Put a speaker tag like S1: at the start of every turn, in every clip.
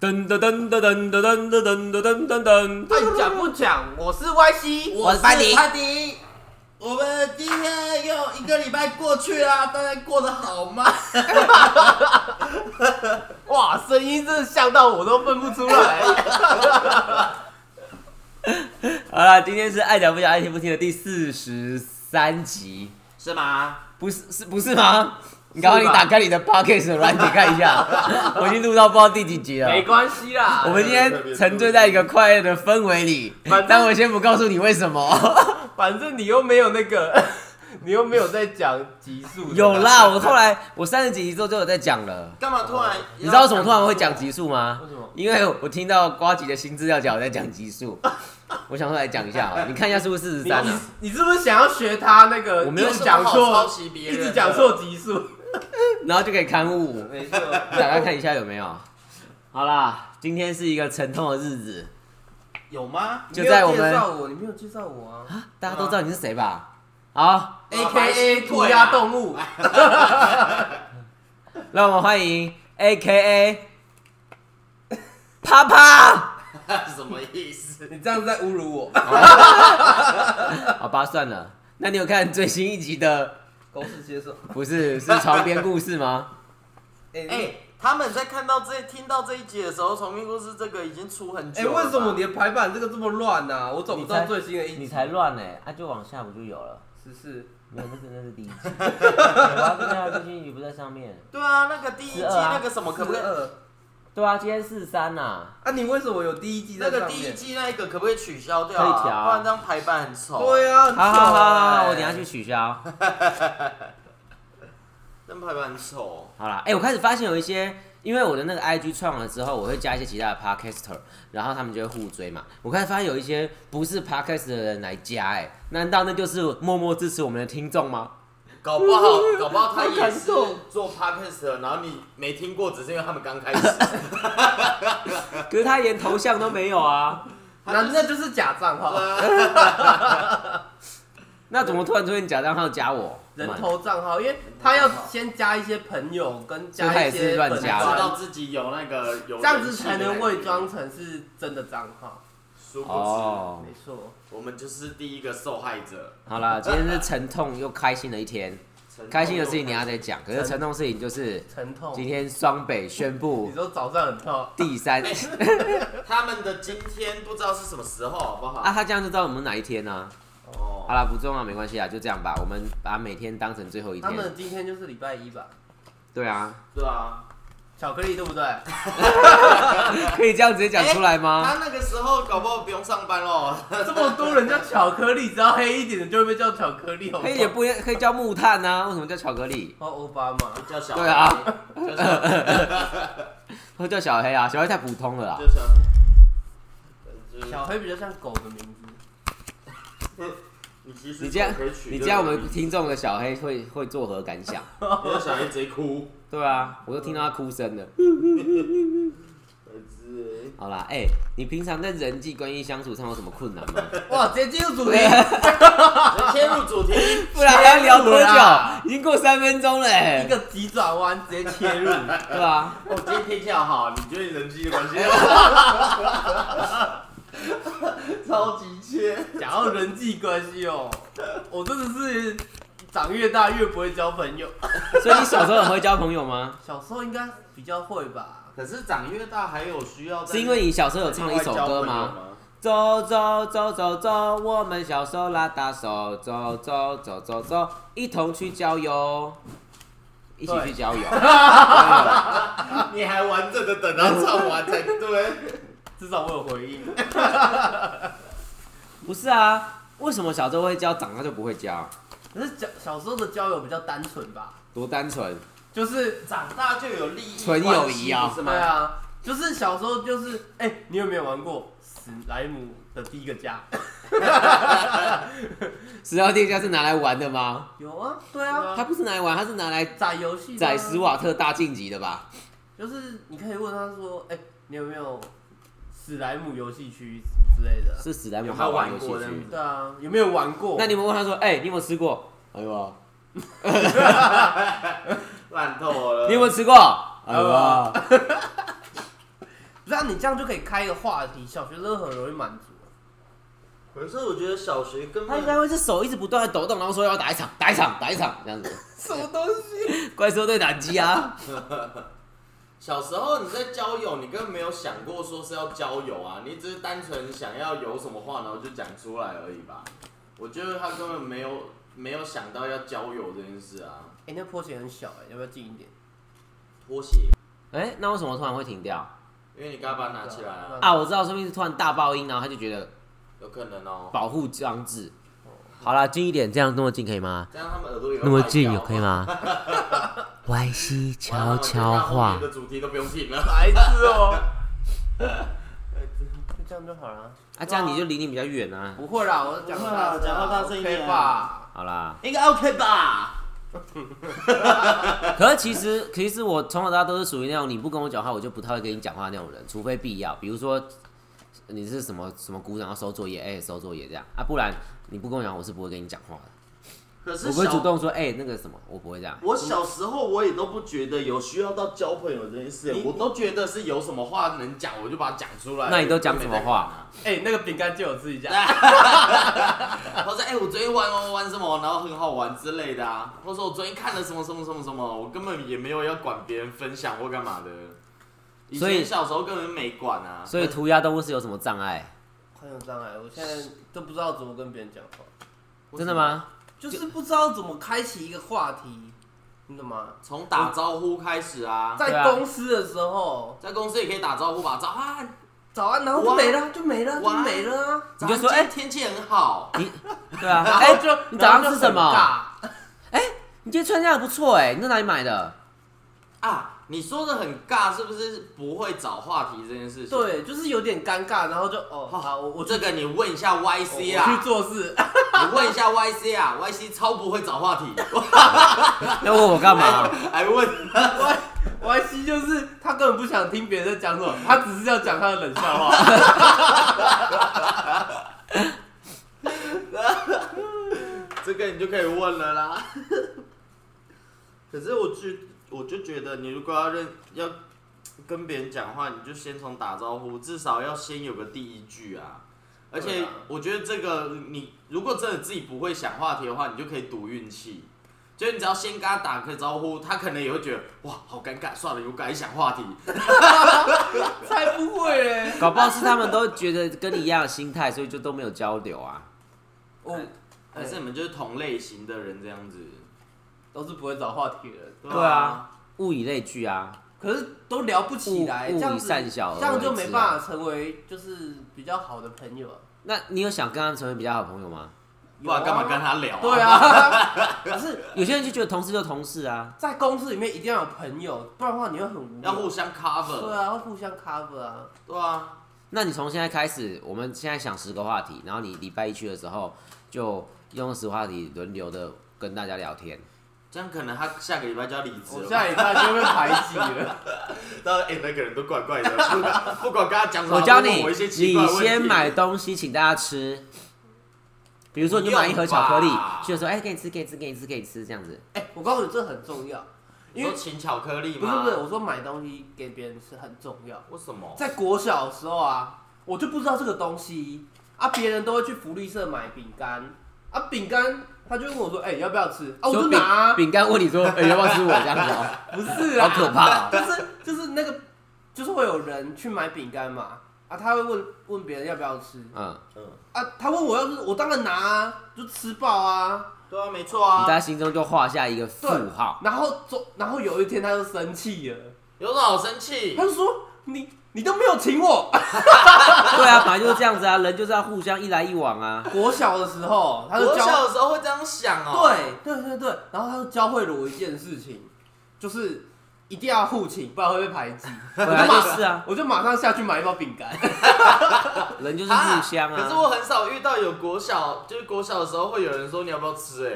S1: 噔噔噔噔噔噔噔噔噔噔噔噔，
S2: 爱讲不讲，我是 YC，
S3: 我是班迪
S2: 潘迪。我们今天又一个礼拜过去啦，大家过得好吗？ 哇，声音真的吓到我都分不出来。
S3: 好啦，今天是爱讲不讲，爱听不听的第四十三集，
S2: 是吗？
S3: 不是是不是吗？你赶快
S2: 是
S3: 你
S2: 吧
S3: 打开你的 podcast 软体看 一下，我已经录到不知道第几集了。
S2: 没关系啦，
S3: 我们今天沉醉在一个快乐的氛围里
S2: 反正，
S3: 但我先不告诉你为 什么。
S2: 反正你又没有那个， 你又没有在讲集数。
S3: 有啦，我后来我三十几集之后就有在讲了。
S4: 干嘛突然？
S3: 你知道为什么突然会讲集数吗？
S2: 为什么？
S3: 因为我听到瓜吉的新资料夹我在讲集数，我想说来讲一下好了，你看一下是不是四十三
S2: 你
S3: 啊？
S2: 你是不是想要学他那个？
S3: 我没有
S2: 一直讲
S4: 有什么好
S2: 错
S4: 抄袭，别
S2: 一
S4: 人的
S2: 直讲错集数。
S3: 然后就可以刊物，
S2: 没 错。
S3: 打开看一下有没有。好啦，今天是一个沉痛的日子，
S4: 有吗
S3: 就在我们
S2: 你没有介绍我啊。
S3: 大家都知道你是谁吧？好，
S2: A K A 涂
S3: 啊
S2: 鸦动物，
S3: 让我们欢迎 A K A 啪啪。
S4: 什么意思？
S2: 你这样是在侮辱我。
S3: 好吧，算了。那你有看最新一集的？
S2: 公式接受。
S3: 不是是床边故事吗？
S2: 哎
S4: 哎、他们在看到这、听到这一集的时候，《重命故事》这个已经出很久
S5: 哎、
S4: 了吧。
S5: 为什么你的排版这个这么乱呢、我找
S3: 啊
S5: 不
S3: 你
S5: 到
S3: 才
S5: 最新的一集。
S3: 乱呢、啊就往下不就有了？
S5: 十四，
S3: 没有，那是那是第一 集，我要跟大家最新一集不在上面。
S4: 对啊，那个第一季
S3: 12啊
S4: 那个什么可不可以？
S5: 二
S3: 对啊，今天四三呐。
S5: 啊？你为什么有第一季
S4: 那
S5: 在
S4: 个
S5: 上
S4: 第一
S5: 面？
S4: 季那一个可不可以取消掉、
S3: 可以调啊
S4: 不然这样排版很丑。
S5: 对
S4: 啊，
S5: 啊，很
S3: 好
S5: 丑
S3: 好好好，
S5: 哎
S3: 我等一下去。取消。
S4: 这样排版很丑。
S3: 好啦，哎、我开始发现有一些，因为我的那个 IG 创了之后，我会加一些其他的 podcaster，然后他们就会互追嘛。我开始发现有一些不是 podcaster 的人来加、哎，难道那就是默默支持我们的听众吗？
S4: 搞 不好，搞不好他
S2: 好
S4: 也
S2: 感
S4: 是
S2: 动
S4: 做 podcast 的，然后你没听过，只是因为他们刚 开始。
S3: 可是他连头像都没有啊，
S5: 那那就是假账号，
S3: 那怎么突然出现假账号加我？
S5: 人
S3: 妈的
S5: 头账号，因为他要先加一些朋友，跟
S3: 所以他
S5: 加
S3: 也
S5: 一
S3: 是
S5: 些
S3: 乱
S5: 粉
S4: 知
S3: 加的
S5: 专
S4: 道自己有那个有
S5: 这样子
S4: 人气
S5: 才
S4: 的
S5: 能
S4: 那个
S5: 伪装。成是真的账号。
S4: 殊不知，
S3: 哦
S5: 没，错，
S4: 我们就是第一个受害者。
S3: 好啦，今天是沉痛又开心的一天。开心的事情你要再讲，可是沉痛的事情就是
S5: 疼痛。
S3: 今天双北宣布
S5: 你说早上很痛，
S3: 第三
S4: 他们的今天不知道是什么时候，好不好？
S3: 啊，他这样就知道我们哪一天呢、啊？好
S4: 哦，
S3: 啦，不重要，没关系啊，就这样吧。我们把每天当成最后一
S5: 他
S3: 天
S5: 们。今天就是礼拜一吧？
S3: 对啊，
S4: 对啊，
S5: 巧克力对不对？
S3: 可以这样直接讲出来吗？
S4: 他那个时候搞不好不用上班喽。
S5: 这么多人叫巧克力，只要黑一点的就会被叫巧克力，好不
S3: 可
S5: 好
S3: 以也不一可以叫木炭啊？为什么叫巧克力？
S5: 哦，奥巴马。
S4: 叫小黑
S3: 对，啊，
S4: 叫小黑，
S3: 会叫小黑啊？小黑太普通了啦。
S4: 叫小黑就是
S5: 小黑比较像狗的名字，
S4: 你其实
S3: 你这样
S4: 可以取，
S3: 你这样我们听众的小黑会会作何感想？
S4: 因为小黑直接哭。
S3: 对啊，我都听到他哭声了。好啦，哎、你平常在人际关系相处上有什么困难 吗？
S5: 哇，直接进入主题，
S4: 切入主题，
S3: 不然还要聊多
S5: 切入啦
S3: 久？已经过三分钟了、哎，
S5: 一个急转弯直接切入，
S3: 对啊，
S4: 我今天天气好好，你觉得你人际关系？超级切，
S5: 讲到人际关系哦，我真的是长越大越不会交朋友，
S3: 所以你小时候很会交朋友 吗？
S5: 小时候应该比较会吧，
S4: 可是长越大还有需要在，
S3: 是因为你小时候有唱一首歌吗？？走走走走走，我们小手拉大手，走走走走走，一同去郊游，一起去 郊游。
S4: 你还完整的等到唱完才对。
S5: 至少我有回应。
S3: 不是啊，为什么小时候会教，长大就不会教？
S5: 可是小小时候的交友比较单纯吧，
S3: 多单纯，
S5: 就是
S4: 长大就有利益
S3: 纯友谊啊
S4: 关系不是
S5: 对
S4: 吗？
S5: 啊，就是小时候就是，哎、你有没有玩过史莱姆的第一个家？
S3: 十二店家是拿来玩的吗？
S5: 有啊，对啊，
S3: 它不是拿来玩，它是拿来
S5: 载游戏的啊
S3: 载斯瓦特大晋级的吧？
S5: 就是你可以问他说，哎、你有没有史莱姆游戏区什么之类的？
S3: 是史莱姆
S4: 有没有玩
S3: 游戏
S4: 过
S3: 区
S4: 呢。
S5: 对啊，有没有玩过？
S3: 那你们问他说，哎、你有没有吃过？哎呦
S4: 呃
S3: 啊，
S4: 烂透了。呃
S3: 你有没有吃过？哎呦啊，
S5: 不是啊，你这样就可以开一个话题，小学生很容易满足。
S4: 可是我觉得小学根
S3: 他应该
S4: 本
S3: 会是手一直不断的抖动，然后说要打一场，打一场，打一场这样子。
S5: 什么东西？
S3: 怪兽对打机啊，
S4: 小时候你在交友，你根本没有想过说是要交友啊，你只是单纯想要有什么话，然后就讲出来而已吧。我觉得他根本没有没有想到要交友这件事啊。
S5: 哎、那坡鞋很小哎、要不要近一点？
S4: 拖鞋，
S3: 哎、那为什么突然会停掉
S4: 因为你刚把它拿起来啊，
S3: 啊？我知道，说不定是突然大爆音，然后他就觉得
S4: 有可能哦。
S3: 保护装置。好啦，近一点，这样那么近可以吗？
S4: 这样他们耳朵有
S3: 那么近有可以
S4: 吗？
S3: 吗？ 歪西
S4: 完
S3: 悄
S4: 了
S3: 悄话
S4: 我觉得他后面，的主题都不用听了。
S5: 白痴哦、 就这样就好了。
S3: 啊，这样你就离你比较远啊。
S5: 不会啦，我讲
S2: 不
S5: 话
S2: 会啦
S5: 大声啊
S2: 讲话大声一点
S5: OK 吧？
S3: 好啦，
S2: 应该 OK 吧？
S3: 可是其实其实我从小到大都是属于那种你不跟我讲话，我就不太会跟你讲话的那种人，除非必要，比如说你是什么什么鼓掌要收作业，哎、收作业这样啊，不然你不跟我讲，我是不会跟你讲话的，
S4: 可是
S3: 我不会
S4: 小
S3: 主动说哎、那个什么，我不会这样。
S4: 我小时候我也都不觉得有需要到交朋友这件事，我都觉得是有什么话能讲我就把它讲出来。
S3: 那你都讲什么话？
S5: 哎、那个饼干借我吃一下。
S4: 他说：“哎、我昨天玩玩玩什么，然后很好玩之类的啊。”或者说我昨天看了什么什么什么什么，我根本也没有要管别人分享或干嘛的。以
S3: 所以
S4: 前小时候根本没管啊。
S3: 所以涂鸦动物是有什么障碍？
S5: 很有啊障碍，我现在都不知道怎么跟别人讲话，
S3: 真的吗？
S5: 就是不知道怎么开启一个话题，你懂吗？
S4: 从打招呼开始啊，
S3: 对
S5: 在
S3: 啊
S5: 公司的时候，
S4: 在公司也可以打招呼吧，早安，
S5: 早安，然后就
S4: 哇
S5: 没了，就没了，就
S4: 哇
S5: 没了啊。
S3: 你就说哎
S4: 早安今天天气很好，
S3: 你对啊，
S5: 然
S3: 哎、
S5: 后就、
S3: 你早
S5: 然后
S3: 上
S5: 就
S3: 吃什
S5: 很
S3: 么？
S5: 尬？
S3: 你今天穿这样不错哎、你在哪里买的？
S4: 啊，你说的很尬，是不是不会找话题这件事情？，
S5: 对，就是有点尴尬，然后就哦，好，我我
S4: 这个你问一下
S5: 我
S4: YC
S5: 去
S4: 啊，
S5: 做事，
S4: 你问一下 YC 啊，YC 超不会找话题，
S3: 要问我干嘛？
S4: 还问
S5: Y Y C 就是他根本不想听别人在讲什么，他只是要讲他的冷笑话。
S4: 这个你就可以问了啦。可是我觉我就觉得你如果要认要跟别人讲话，你就先从打招呼，至少要先有个第一句啊。而
S5: 对
S4: 且
S5: 啊
S4: 我觉得这个你如果真的自己不会想话题的话，你就可以赌运气。就是你只要先跟他打个招呼，他可能也会觉得哇好尴尬，算了，我改想话题。
S5: 才不会嘞！
S3: 搞不好是他们都觉得跟你一样的心态，所以就都没有交流啊。
S5: 我哎
S4: 还是你们就是同类型的人这样子？
S5: 都是不会找话题的人，
S4: 对
S3: 对啊，物以类聚啊。
S5: 可是都聊不起来，
S3: 物
S5: 这
S3: 物
S5: 样
S3: 以
S5: 子
S3: 善小而为
S5: 这样就没
S3: 之啊
S5: 办法成为就是比较好的朋友啊。
S3: 那你有想跟他们成为比较好的朋友吗？
S4: 不然干嘛跟他聊、啊？
S5: 对，啊，可是
S3: 有些人就觉得同事就同事啊，
S5: 在公司里面一定要有朋友，不然的话你会很无
S4: 要
S5: 聊。
S4: 互相 cover。
S5: 对啊，要互相 cover 啊。
S4: 对啊，
S3: 那你从现在开始，我们现在想十个话题，然后你礼拜一去的时候就用十个话题轮流的跟大家聊天。
S4: 这样可能他下个礼拜就要离职
S5: 我
S4: 了。
S5: 下礼拜就被排挤了。
S4: 到哎、那个人都怪怪的，不管不管跟他讲什么，
S3: 我教
S4: 他都问
S3: 你，
S4: 我一些奇怪
S3: 你
S4: 的问题
S3: 先买东西请大家吃，比如说你就买一盒巧克力，去的时候哎给你吃给你吃给你吃给你吃这样子。
S5: 哎、我告诉你，这很重要。
S4: 你说请巧克力
S5: 不
S4: 吗？
S5: 是不是，我说买东西给别人是很重要。
S4: 为什么？
S5: 在国小的时候啊，我就不知道这个东西啊，别人都会去福利社买饼干啊，饼干他就问我说：“哎、要不要吃？”
S4: 哦
S5: 啊，我
S3: 说
S5: 就
S3: 饼
S5: 拿啊、
S3: 饼干问你说哎要不要吃我这样子 哦，
S5: 不是
S3: 好
S5: 啊，
S3: 可怕哦。
S5: 就是就是那个，就是会有人去买饼干嘛啊，他会问问别人要不要吃
S3: 嗯，
S5: 啊，他问我要是我当然拿啊，就吃爆啊，
S4: 对啊，没错
S3: 你
S4: 啊，
S3: 在他心中就画下一个符
S5: 对
S3: 号。，
S5: 然后走，然后有一天他就生气了，
S4: 有什么好生气
S5: 他？就说：“你你都没有请我。”
S3: 对啊，本来就是这样子啊，人就是要互相一来一往啊。
S5: 国小的时候，他就
S4: 我
S5: 教
S4: 小的时候会这样想哦、
S5: 对对对对，然后他就教会了我一件事情，就是一定要互请，不然会被排 挤。我
S3: 本来
S5: 就马
S3: 就是啊，
S5: 我就马上下去买一包饼干。
S3: 人就是
S4: 啊
S3: 互相
S4: 可是
S3: 啊。
S4: 我很少遇到有国小，就是国小的时候会有人说你要不要吃、哎，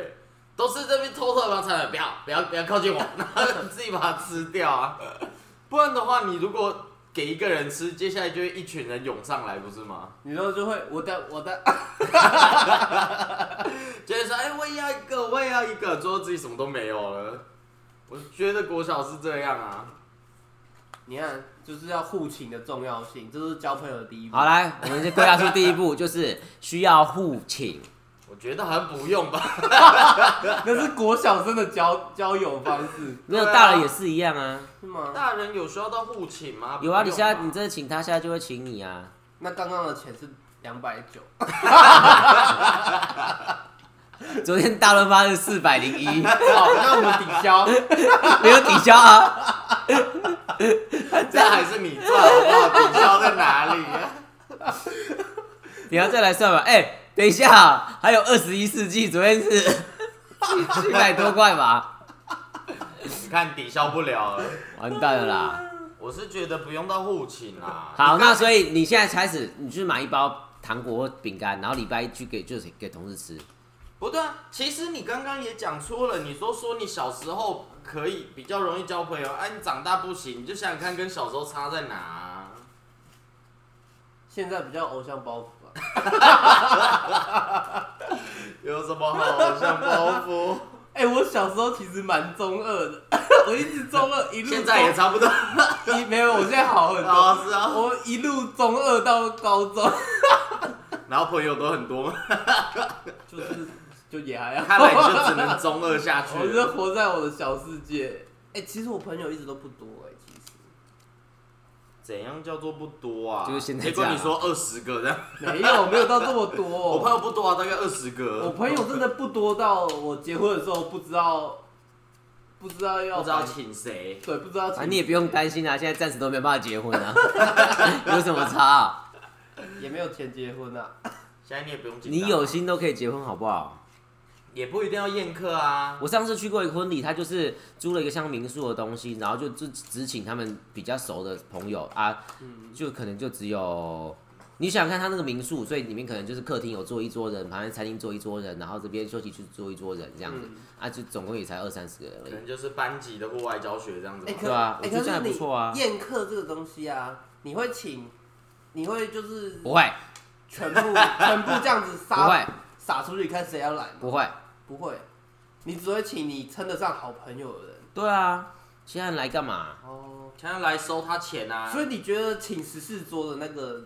S4: 都是这边偷偷把它拆了，不要不要不要靠近我， 然 后自己把它吃掉啊。不然的话，你如果给一个人吃，接下来就会一群人涌上来，不是吗？
S5: 你说就会，我的我的，
S4: 就是说，哎、我也要一个，我也要一个，最后自己什么都没有了。我觉得国小是这样啊，
S5: 你看，就是要互情的重要性，这是交朋友的第一步。
S3: 好，来，我们就归纳出第一 步，就是需要互请。
S4: 我觉得好像不用 吧。
S5: 那是国小生的交交友方式，
S3: 没有大人也是一样啊，
S5: 是吗？
S4: 大人有需要到互请吗？
S3: 有啊，
S4: 不
S3: 你
S4: 用
S3: 现在
S4: 吧
S3: 你真的请他，现在就会请你啊。
S5: 那刚刚的钱是两百九， 哦
S3: 昨天大润发是四百零 一，
S5: 好，那我们抵消。
S3: 没有抵消啊。
S4: 这样还是你赚好不好？抵消在哪里 啊？
S3: 你要再来算吧。哎、等一下，还有二十一世纪，昨天 是七百多块吧？
S4: 你看抵消不了了。
S3: 完蛋了啦。
S4: 我是觉得不用到互请啦。
S3: 好，那所以你现在开始，你去买一包糖果或饼干，然后礼拜一去给就是给同事吃。
S4: 不对啊，其实你刚刚也讲错了，你说说你小时候可以比较容易交朋友，哎、你长大不行，你就想想看跟小时候差在哪啊、
S5: 现在比较偶像包袱啊吧，
S4: 有什么好像包袱？
S5: 哎、我小时候其实蛮中二的， 我一直中二，一路
S4: 现在也差不多。
S5: 中一没有，我现在好很多。
S4: 哦，是啊。
S5: 我一路中二到高中，
S4: 然后朋友都很多，
S5: 就是就也还好。
S4: 看来你就只能中二下 去
S5: 我
S4: 了。
S5: 是 活在我的小世界。哎、其实我朋友一直都不多哎、其实
S4: 怎样叫做不多啊？
S3: 就是现在
S4: 结果
S3: 这样啊
S4: 你说二十个这样，
S5: 没有没有到这么多。
S4: 我
S5: 我
S4: 朋友不多啊，大概二十个。
S5: 我朋友真的不多到我结婚的时候不知道不知道要
S4: 不知道请谁。
S5: 对不知道
S3: 啊，你也不用担心啊，现在暂时都没办法结婚啊，有什么差、啊？
S5: 也没有钱结婚啊。
S4: 现在你也不用紧张
S3: 你有心都可以结婚，好不好？
S4: 也不一定要宴客啊。
S3: 我上次去过一个婚礼，他就是租了一个像民宿的东西，然后就就只请他们比较熟的朋友啊，就可能就只有你想想看他那个民宿，所以里面可能就是客厅有坐一桌人，旁边餐厅坐一桌人，然后这边休息区坐一桌人这样子、啊，就总共也才二三十个人而
S4: 可
S3: 已。
S4: 能就是班级的户外教学这样子
S5: 哎、
S4: 吧。
S5: 可
S3: 对啊
S5: 哎
S3: 我觉得这样
S5: 可是
S3: 还不错啊
S5: 你宴客这个东西啊，你会请，你会就是
S3: 不会，
S5: 全部 全部这样子
S3: 不
S5: 撒
S3: 会，
S5: 撒出去，看谁要来吗？
S3: 不会，
S5: 不会，你只会请你称得上好朋友的人。
S3: 对啊，现在来干嘛？
S5: 哦，
S4: 现在来收他钱啊！
S5: 所以你觉得请十四桌的那个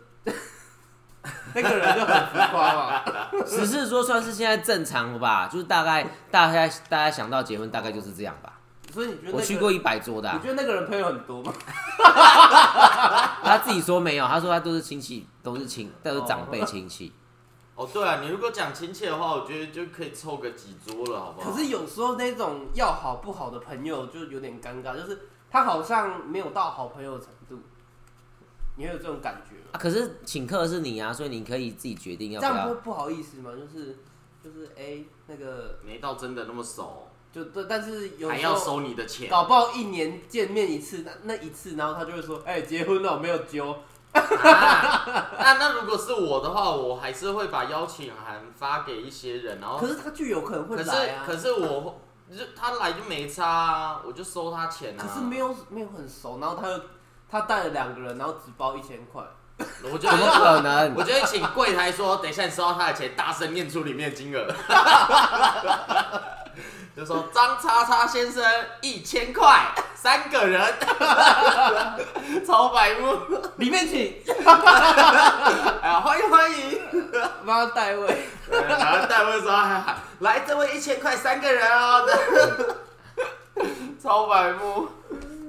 S5: 那个人就很浮夸嘛？
S3: 十四桌算是现在正常的吧，就是大概大概大家想到结婚大概就是这样吧。
S5: 所以你觉得、那个、
S3: 我去过一百桌的啊、
S5: 你觉得那个人朋友很多吗？
S3: 他自己说没有，他说他都是亲戚，都是亲，都是长辈亲戚。
S4: 哦，对啊，你如果讲亲戚的话，我觉得就可以凑个几桌了，好不好？
S5: 可是有时候那种要好不好的朋友就有点尴尬，就是他好像没有到好朋友的程度，你会有这种感觉吗？
S3: 啊，可是请客的是你啊，所以你可以自己决定要
S5: 这
S3: 不
S5: 样不
S3: 要
S5: 会。不好意思吗？就是就是哎、那个
S4: 没到真的那么熟，
S5: 就对，但是有
S4: 还
S5: 时
S4: 要
S5: 候
S4: 收你 的钱，啊
S5: 搞不好一年见面一次，那那一次，然后他就会说哎、结婚了我没有揪，
S4: 啊那那如果是我的话，我还是会把邀请函发给一些人，然后
S5: 可是他就有可能会
S4: 可是
S5: 来啊，
S4: 可是我就他来就没差啊，我就收他钱啊。
S5: 可是没有没有很熟，然后他又他带了两个人，然后只包一千块，
S4: 我就
S3: 怎么可能
S4: 我？就会请柜台说，等一下你收到他的钱，大声念出里面的金额， 就说张叉叉先生一千块，三个人， 超白目，
S5: 里面请
S4: 哎呀，欢迎欢迎，
S5: 妈代位。
S4: 然后戴文说，哎来这位一千块三个人哦， 超白目，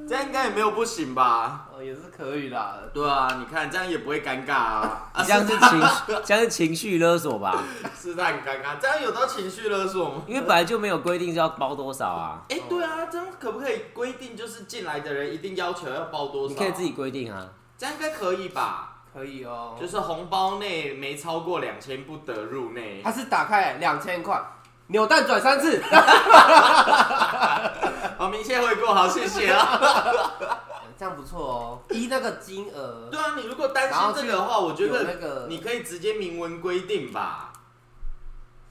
S4: 这样应该也没有不行吧？
S5: 哦，也是可以啦。
S4: 对啊，你看这样也不会尴尬啊，
S3: 你这样是情，这样是情绪勒索吧？
S4: 是他很尴尬，这样有到情绪勒索吗？
S3: 因为本来就没有规定是要包多少啊，
S4: 哎、对啊，这样可不可以规定，就是进来的人一定要求要包多少？
S3: 你可以自己，规定啊。
S4: 这样应该可以吧？
S5: 可以哦，
S4: 就是红包内没超过两千不得入内
S5: 他，是打开两千块，扭蛋转三次，
S4: 好，明天会过，好，谢谢啊。
S5: 这样不错哦。依那个金额，
S4: 对啊，你如果担
S5: 然后去
S4: 心这个的话，我觉
S5: 有那个
S4: 得你可以直接明文规定吧。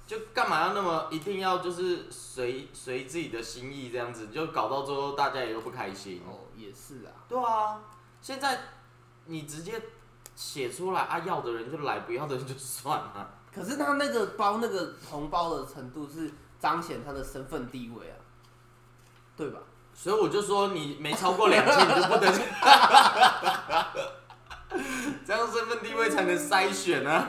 S4: 就干嘛要那么一定要就是随随自己的心意这样子，就搞到最后大家也都不开心。
S5: 哦，也是啊。
S4: 对啊，现在你直接写出来啊，要的人就来，不要的人就算了、
S5: 可是他那个包那个红包的程度是彰显他的身份地位啊，对吧？
S4: 所以我就说你没超过两千，你就 不能，这样身份地位才能筛选啊。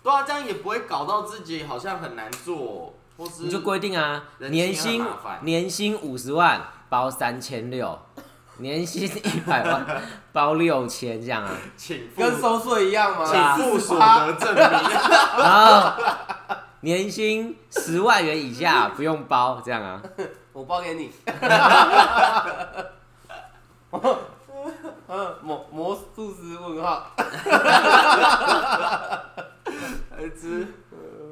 S4: 对啊，这样也不会搞到自己好像很难做，或是
S3: 你就规定啊，
S4: 人
S3: 年
S4: 性
S3: 薪
S4: 很麻烦
S3: 年薪五十万包三千六，年薪一百万包六千这样啊，
S4: 请付
S5: 跟收税一样吗？
S4: 请付所得 证明。
S3: 然后年薪十万元以下不用包这样啊，
S5: 我包给你。 嗯，魔魔术师问 号，
S4: 儿子，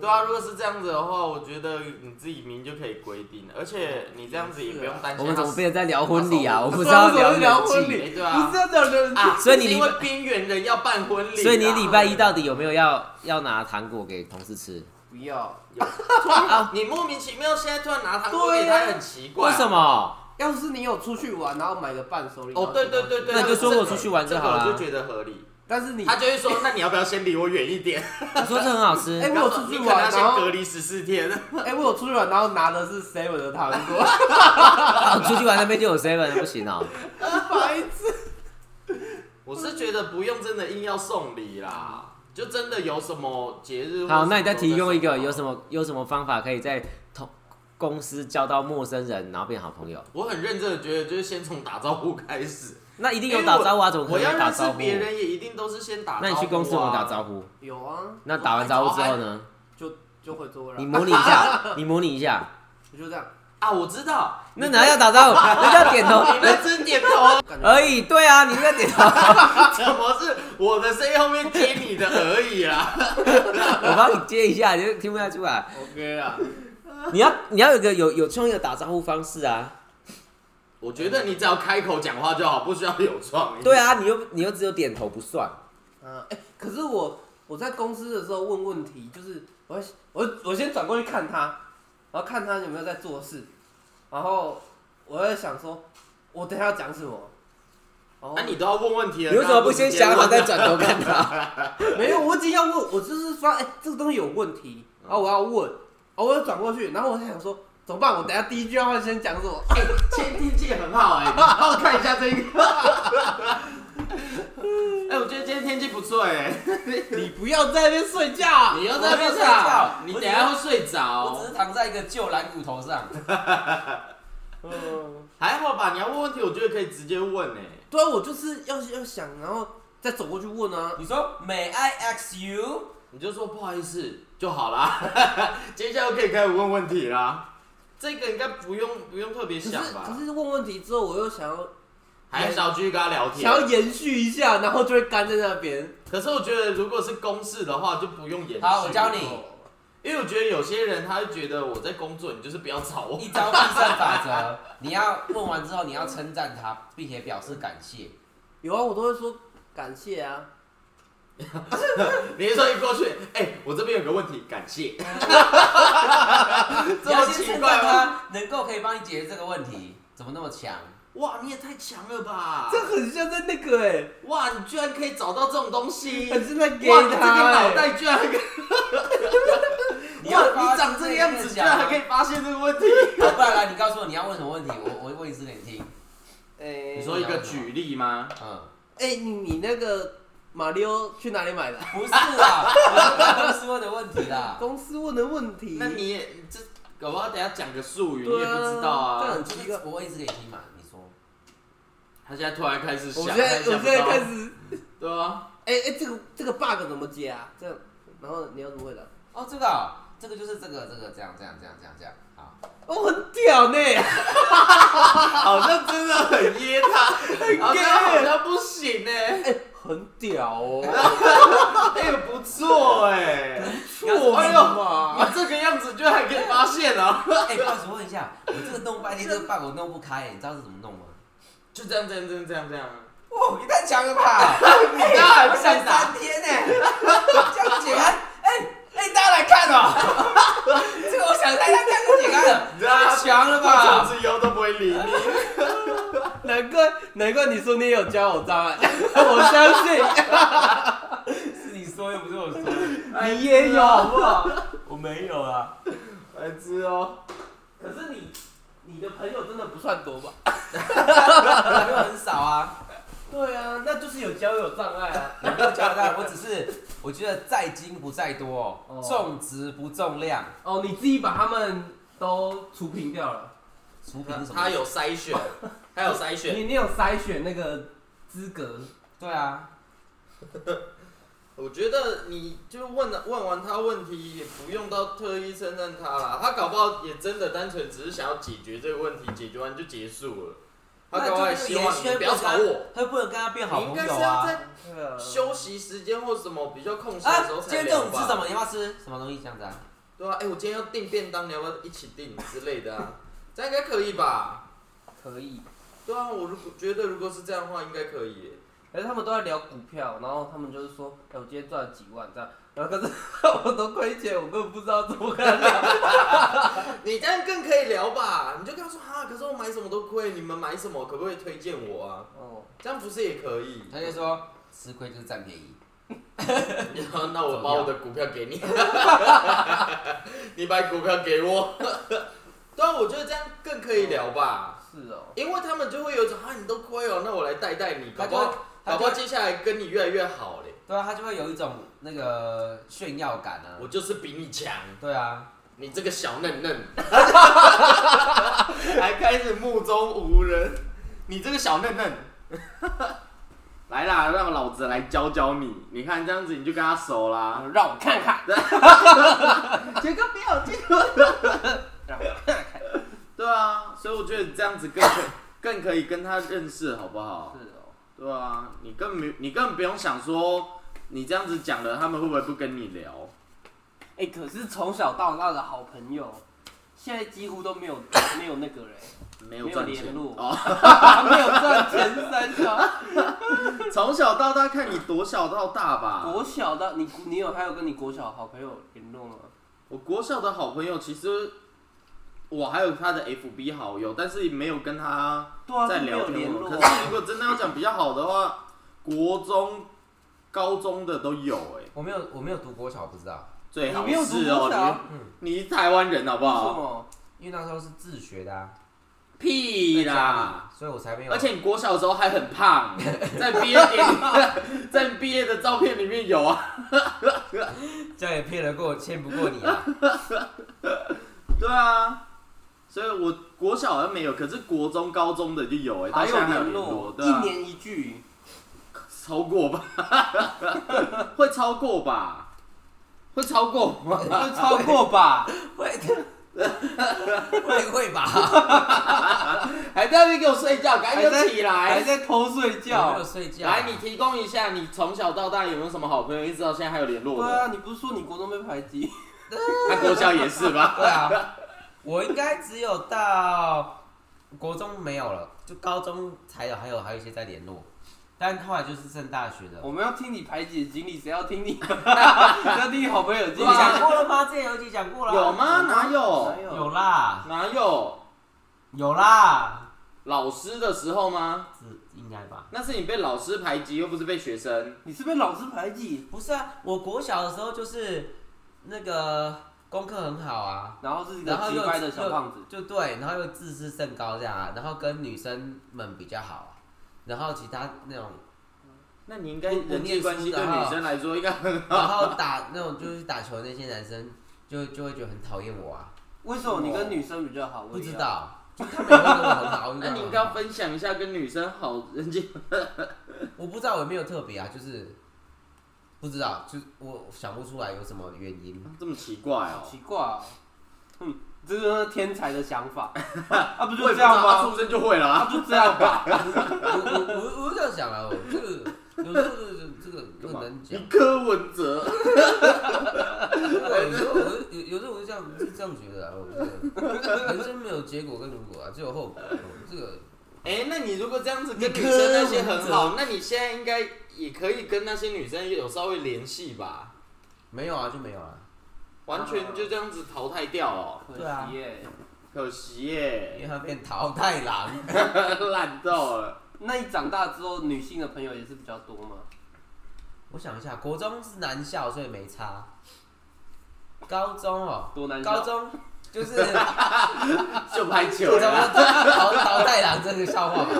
S4: 对啊，如果是这样子的话，我觉得你自己明就可以规定了，而且你这样子也不用担心他。
S3: 我们怎么变成在聊婚礼啊？我不
S5: 不
S3: 知道聊
S5: 聊
S3: 人
S5: 婚
S3: 际，
S5: 礼，
S4: 哎
S5: 不是
S4: 对啊
S5: 要聊人际。
S4: 啊？
S3: 所以你
S4: 是因
S3: 礼
S4: 为
S3: 拜
S4: 边缘人要办婚礼啊，
S3: 所以你礼拜一到底有没有要要拿糖果给同事吃？
S5: 不要，
S4: 啊，你莫名其妙现在突然拿糖果给
S5: 对啊
S4: 他，很奇怪。
S3: 为什？么？
S5: 要是你有出去玩，然后买个伴手礼。
S4: 哦，对对对对，
S3: 那你就
S4: 这
S3: 说
S4: 个
S3: 我出去玩就好啦
S4: 这个我就觉得合理。
S5: 但是你，
S4: 他就会说，那你要不要先离我远一点？
S3: 你说这很好吃，
S5: 哎，我有出去
S4: 你可能要
S5: 玩，
S4: 先
S5: 然
S4: 隔
S5: 后
S4: 离十四天。
S5: 哎，我有出去玩，然后拿的是 seven 的糖果，
S3: 啊出去玩那边就有 seven 不行哦、
S5: 白痴。
S4: 我是觉得不用真的硬要送礼啦，就真的有什么节日。
S3: 好，那你再提供一个有什
S4: 么？
S3: 么有什么方法可以在同公司交到陌生人，然后变好朋友？
S4: 我很认真的觉得，就是先从打招呼开 始。
S3: 那一定有打招呼啊，怎么可
S4: 哎我
S3: 能
S4: 要
S3: 没打
S4: 认识
S3: 招呼？
S4: 别人也一定都是先打招呼、
S3: 那
S4: 啊。
S3: 你去公司怎么打招
S4: 呼？
S3: 呼？
S5: 有啊，
S3: 那打完招呼之后呢？
S5: 就就会做了
S3: 你。模拟一下，你模拟一下。
S5: 我就这样，
S4: 啊，我知道，
S3: 那哪要打招呼？人家点头
S4: 你认真点头啊，
S5: 感觉
S3: 而已。对啊，你在点头。
S4: 怎么是我的声音后面接你的而已啦？
S3: 我帮你接一下，你就听不下去了。
S5: OK 啊。
S3: 你要你要有个有有创意的打招呼方式啊。
S4: 我觉得你只要开口讲话就好，不需要有创意。
S3: 对，啊，你又你又只有点头不算。
S5: 嗯，哎、可是我我在公司的时候问问题，就是我会我我先转过去看他，然后看他有没有在做事，然后我在想说，我等一下要讲什么。哦
S4: 那、，你都要问问题了，
S3: 你为什么不先想好再
S4: 那不是
S3: 转头看他？
S5: 没有，我已经要问，我就是说，哎、这个东西有问题，
S4: 嗯
S5: 然后我要问，然后我又转过去，然后我在想说，怎么办？我等一下第一句话先讲什么？
S4: 先问？哎 监听器很好哎、你帮我看一下这个。哎、我觉得今天天气不错哎、
S5: 你不要在那边睡觉啊，
S4: 你又在那
S3: 我没
S4: 边
S3: 有睡觉
S4: 吵，你等一下会睡着。
S3: 是躺在一个旧蓝骨头上。
S5: 嗯，
S4: 还好吧，你要问问题，我觉得可以直接问哎、
S5: 对啊，我就是要要想，然后再走过去问啊。
S3: 你说 May I ask you？
S4: 你就说不好意思就好啦。 接下来我可以开始问问题啦。这个应该不用不用特别
S5: 可是
S4: 想吧
S5: 可，是问问题之后，我又想要
S4: 还是要继续跟他聊天
S5: 想。要延续一下，然后就会干在那边。
S4: 可是我觉得如果是公事的话，就不用演。
S3: 好我教
S4: 哦
S3: 你
S4: 因为我觉得有些人他会觉得我在工作，你就是不要吵我。
S3: 一招必胜法则，你要问完之后，你要称赞他，并且表示感谢。
S5: 有啊，我都会说感谢啊。
S4: 你说一过去，哎、我这边有个问题，感谢。
S3: 你
S4: 这
S3: 要
S4: 么
S3: 先
S4: 奇
S3: 称
S4: 怪
S3: 赞
S4: 吗？
S3: 他能够可以帮你解决这个问题，怎么那么强？
S4: 哇，你也太强了吧！
S5: 这很像在那个哎、
S4: 哇，你居然可以找到这种东西，
S5: 很像在给
S4: 哇，你这个
S5: 他、
S4: 脑
S5: 欸。
S4: 袋居然可以
S3: 你要
S4: 哇，
S3: 发
S4: 你长这个样子，
S3: 自
S4: 居
S3: 己的强
S4: 然还可以发现这个问题。
S3: 好不然来，你告诉我你要问什么问题，我我问一次给你听。
S5: 哎
S4: 你说一个举例吗？
S3: 嗯，
S5: 哎、你你那个马里奥去哪里买的？
S3: 不是啦，我 是问的问题啦。
S5: 公司问的问题。
S4: 那你也这，搞不好等一下讲个术语，你
S5: 对
S4: 也
S5: 啊
S4: 不知道
S5: 这
S4: 啊
S5: 很。
S3: 就是我问一次给你听嘛，你说。
S4: 他现在突然开始想，
S5: 我现在
S4: 他
S5: 我
S4: 想
S5: 现
S4: 不到
S5: 在开，始，
S4: 对啊，
S5: 哎、哎、这个这个 bug 怎么解啊？这样，然后你要怎么回答？
S3: 哦，这个哦、这个就是这个这个这样这样这样这样这样。好，
S5: 哦，很屌呢、
S4: 好像真的 很噎他，好像好像不行欸呢。
S5: 哎、很屌哦，
S4: 哎，不错哎，
S5: 错
S4: 哎呦
S5: 嘛。
S4: 你这个样子居然还可以发现啊！
S3: 哎、不好意思，我问一下，我这个弄半天，这个 bug 我弄不开，你知道是怎么弄吗？
S4: 就这样，这样，这样，这样，这样。
S3: 哦，你太强了 吧！
S4: 你这样还
S3: 我
S4: 不
S3: 想
S4: 想
S3: 三
S4: 打？
S3: 天呢、这样解开，哎、哎、大家来看哦、 这个我想大家看就解开了，
S4: 你知道
S3: 太
S4: 他
S3: 强了
S4: 他
S3: 吧？
S4: 从此以后都不会理你。
S5: 难怪难怪你说你也有交友障碍，我相信哎
S3: 是你说又不是我说，
S5: 你也有，好不好？
S3: 我没有啊。
S4: 白痴哦，
S5: 可是你你的朋友真的不算多吧？
S3: 朋友很少啊，
S5: 对啊，那就是有交友障碍啊。
S3: 我没有交代，我只是我觉得在精不在多
S5: 哦，
S3: 重质不重量，
S5: 哦，你自己把他们都除平掉了，
S3: 除平是什么？
S4: 他有筛选，他有筛选。
S5: 你你有筛选那个资格，
S3: 对啊，
S4: 我觉得你就问了问完他问题，也不用到特意称赞他啦。他搞不好也真的单纯只是想要解决这个问题，解决完就结束了。他搞不好
S3: 那
S4: 还
S3: 就是
S4: 希
S3: 也
S4: 望
S3: 宣
S4: 你不要吵我，，
S3: 他不能跟他变好
S4: 你应
S3: 朋
S4: 该
S3: 友
S4: 是要
S3: 啊。
S4: 在
S5: 对啊
S4: 休息时间或什么比较空闲
S3: 啊
S4: 的时候，
S3: 今
S4: 才
S3: 天
S4: 聊
S3: 中午
S4: 吧。
S3: 吃什么？你要不要吃什么东西？这样子啊？
S4: 对啊，哎、我今天要订便当，你要不要一起订之类的啊？ 这样应该可以吧？
S5: 可以。
S4: 对啊，我如果觉得如果是这样的话，应该可以耶。
S5: 可是他们都在聊股票，然后他们就是说，哎、我今天赚了几万这样，然后可是 我都亏钱，我根本不知道怎么跟他聊。
S4: 你这样更可以聊吧？你就跟他说哈，可是我买什么都亏，你们买什么可不可以推荐我啊？
S5: 哦，
S4: 这样不是也可 以？
S3: 他就说吃亏就是占便宜。
S4: 然后那我把我的股票给 你，你把股票给我。对啊，我觉得这样更可以聊吧，
S5: 是哦，
S4: 因为他们就会有一种啊，你都亏哦，那我来带带你，搞
S3: 他
S4: 不
S3: 就会
S4: 好
S3: 他就
S4: 搞不好
S3: 会
S4: 接下来跟你越来越好嘞。
S3: 对啊，他就会有一种那个炫耀感啊
S4: 我。就是比你强，
S3: 对啊，
S4: 你这个小嫩嫩， 还开始目中无人，你这个小嫩嫩， 来啦，让老子来教教你，你看这样子你就跟他熟啦。
S5: 让我看 看，
S4: 杰哥不要，杰
S5: 让我看看。
S4: 对啊，所以我觉得你这样子更可 更可以跟他认识，好不好？
S5: 是哦，
S4: 对啊，你更没你更不用想说，你这样子讲了，他们会不会不跟你聊？
S5: 哎、可是从小到大的好朋友，现在几乎都没有 没有那个人，
S4: 没有
S5: 没有
S4: 赚钱
S5: 联络，
S4: 哦，
S5: 没有赚钱三小，
S4: 从小到大看你多小到大吧。
S5: 国小的你你有还有跟你国小好朋友联络吗？
S4: 我国小的好朋友，其实我还有他的 FB 好友，但是没有跟他
S5: 对啊，
S4: 在
S5: 都没
S4: 聊
S5: 有
S4: 天
S5: 联
S4: 过。
S5: 络
S4: 可
S5: 啊。
S4: 是哎如果真的要讲比较好的话，国中、高中的都有哎、
S3: 我没有我没有读国小，我不知道，
S4: 最好
S5: 你没有读
S4: 是
S5: 国小啊
S4: 哦，你你是台湾人好不
S5: 为什
S4: 好？
S5: 么？
S3: 因为那时候是自学的啊，
S4: 屁啦！
S3: 所以我才没有。
S4: 而且你国小的时候还很 胖，在毕业典礼， 在毕业的照片里面有啊。
S3: 这样也骗得过，骗不过你 啊。
S4: 对啊，所以我国小好像没有，可是国中、高中的就有哎、欸，到
S5: 还
S4: 现
S5: 有
S4: 在还有
S5: 联
S4: 联
S5: 络
S4: 络，，对
S5: 一
S4: 啊，
S5: 年一聚，
S4: 超过吧？ 会超过吧？会超过 吗？
S5: 会超过吧？
S3: 会 会会吧？
S4: 还在那边给我睡觉，赶紧
S5: 还在
S4: 就起
S5: 还
S4: 来！
S5: 在偷睡
S3: 有没有
S5: 觉。
S3: 睡觉啊？
S4: 来，你提供一下，你从小到大有没有什么好朋友，一直到现在还有联络
S5: 对
S4: 的？
S5: 啊，你不是说你国中被排挤？
S4: 他国小也是吧？
S3: 对啊，我应该只有到国中没有了，就高中才有，还有还有一些在联络，但后来就是上大学的。
S5: 我们要听你排挤的经历，谁要听 你？谁要听你好朋友的
S3: 你
S5: 经历？
S3: 讲过了吗？之前有一集讲过了。
S4: 有？吗？哪有
S5: 哪？有
S3: 有啦，
S4: 哪有？
S3: 有啦，
S4: 老师的时候吗？
S3: 是应该吧？
S4: 那是你被老师排挤，又不是被学生。
S5: 你是被老师排挤，
S3: 不是啊，我国小的时候就是那个功课很好啊，
S5: 然后是一个
S3: 然后
S5: 奇
S3: 又
S5: 怪的小胖子。
S3: 就对，然后又自视甚高这样啊，然后跟女生们比较好啊，然后其他那 种，
S4: 那你应该
S3: 我我
S4: 人际
S3: 念
S4: 关
S3: 书
S4: 系
S3: 的
S4: 对
S3: 哈
S4: 女生来说应该很
S3: 然 后打那种就是打球那些男生，就就会觉得很讨厌我啊，
S5: 为什么你跟女生比较好？
S3: 不知
S5: 我也要。
S3: 道，就他们也会跟我很好，我 就
S4: 那
S3: 跟
S4: 你
S3: 他们
S4: 应该
S3: 很
S4: 要
S3: 好
S4: 分享一下跟女生好人际
S3: 我不知道我有没有特别啊，就是不知道，就是我想不出来有什么原 因。
S4: 这么奇怪哦
S5: 好。奇怪哦，嗯，这就是天才的想 法。啊，不
S4: 我
S5: 就
S4: 也不
S5: 这
S4: 知道
S5: 样
S4: 他
S5: 吗？
S4: 出生就会了
S5: 啊，
S4: 啊。
S5: 就这样吧。
S3: 我我我我这样想啊，我这个有时候这个这个这个难讲
S4: 你，柯文哲，
S3: 有时候我就有有时候我就这样就这样觉得啊，我这个人生没有结果跟如果啊，只有后果。这个
S4: 哎、那你如果这样子
S3: 你
S4: 跟女
S3: 柯
S4: 生那些
S3: 文
S4: 很
S3: 哲
S4: 好，那你现在应该也可以跟那些女生有稍微联系吧？
S3: 没有啊，就没有啊，
S4: 完全就这样子淘汰掉了，
S5: 可
S3: 对啊
S5: 惜耶，
S4: 可惜
S3: 因为
S4: 耶，
S3: 他变淘汰狼。
S4: 烂到 了。
S5: 那你长大之后，女性的朋友也是比较多吗？
S3: 我想一下，国中是男校，所以没差。高中哦，
S5: 多男校
S3: 高中就是我
S4: 就拍球
S3: 怎
S4: 啦。
S3: 么淘淘汰郎这个笑话嘛。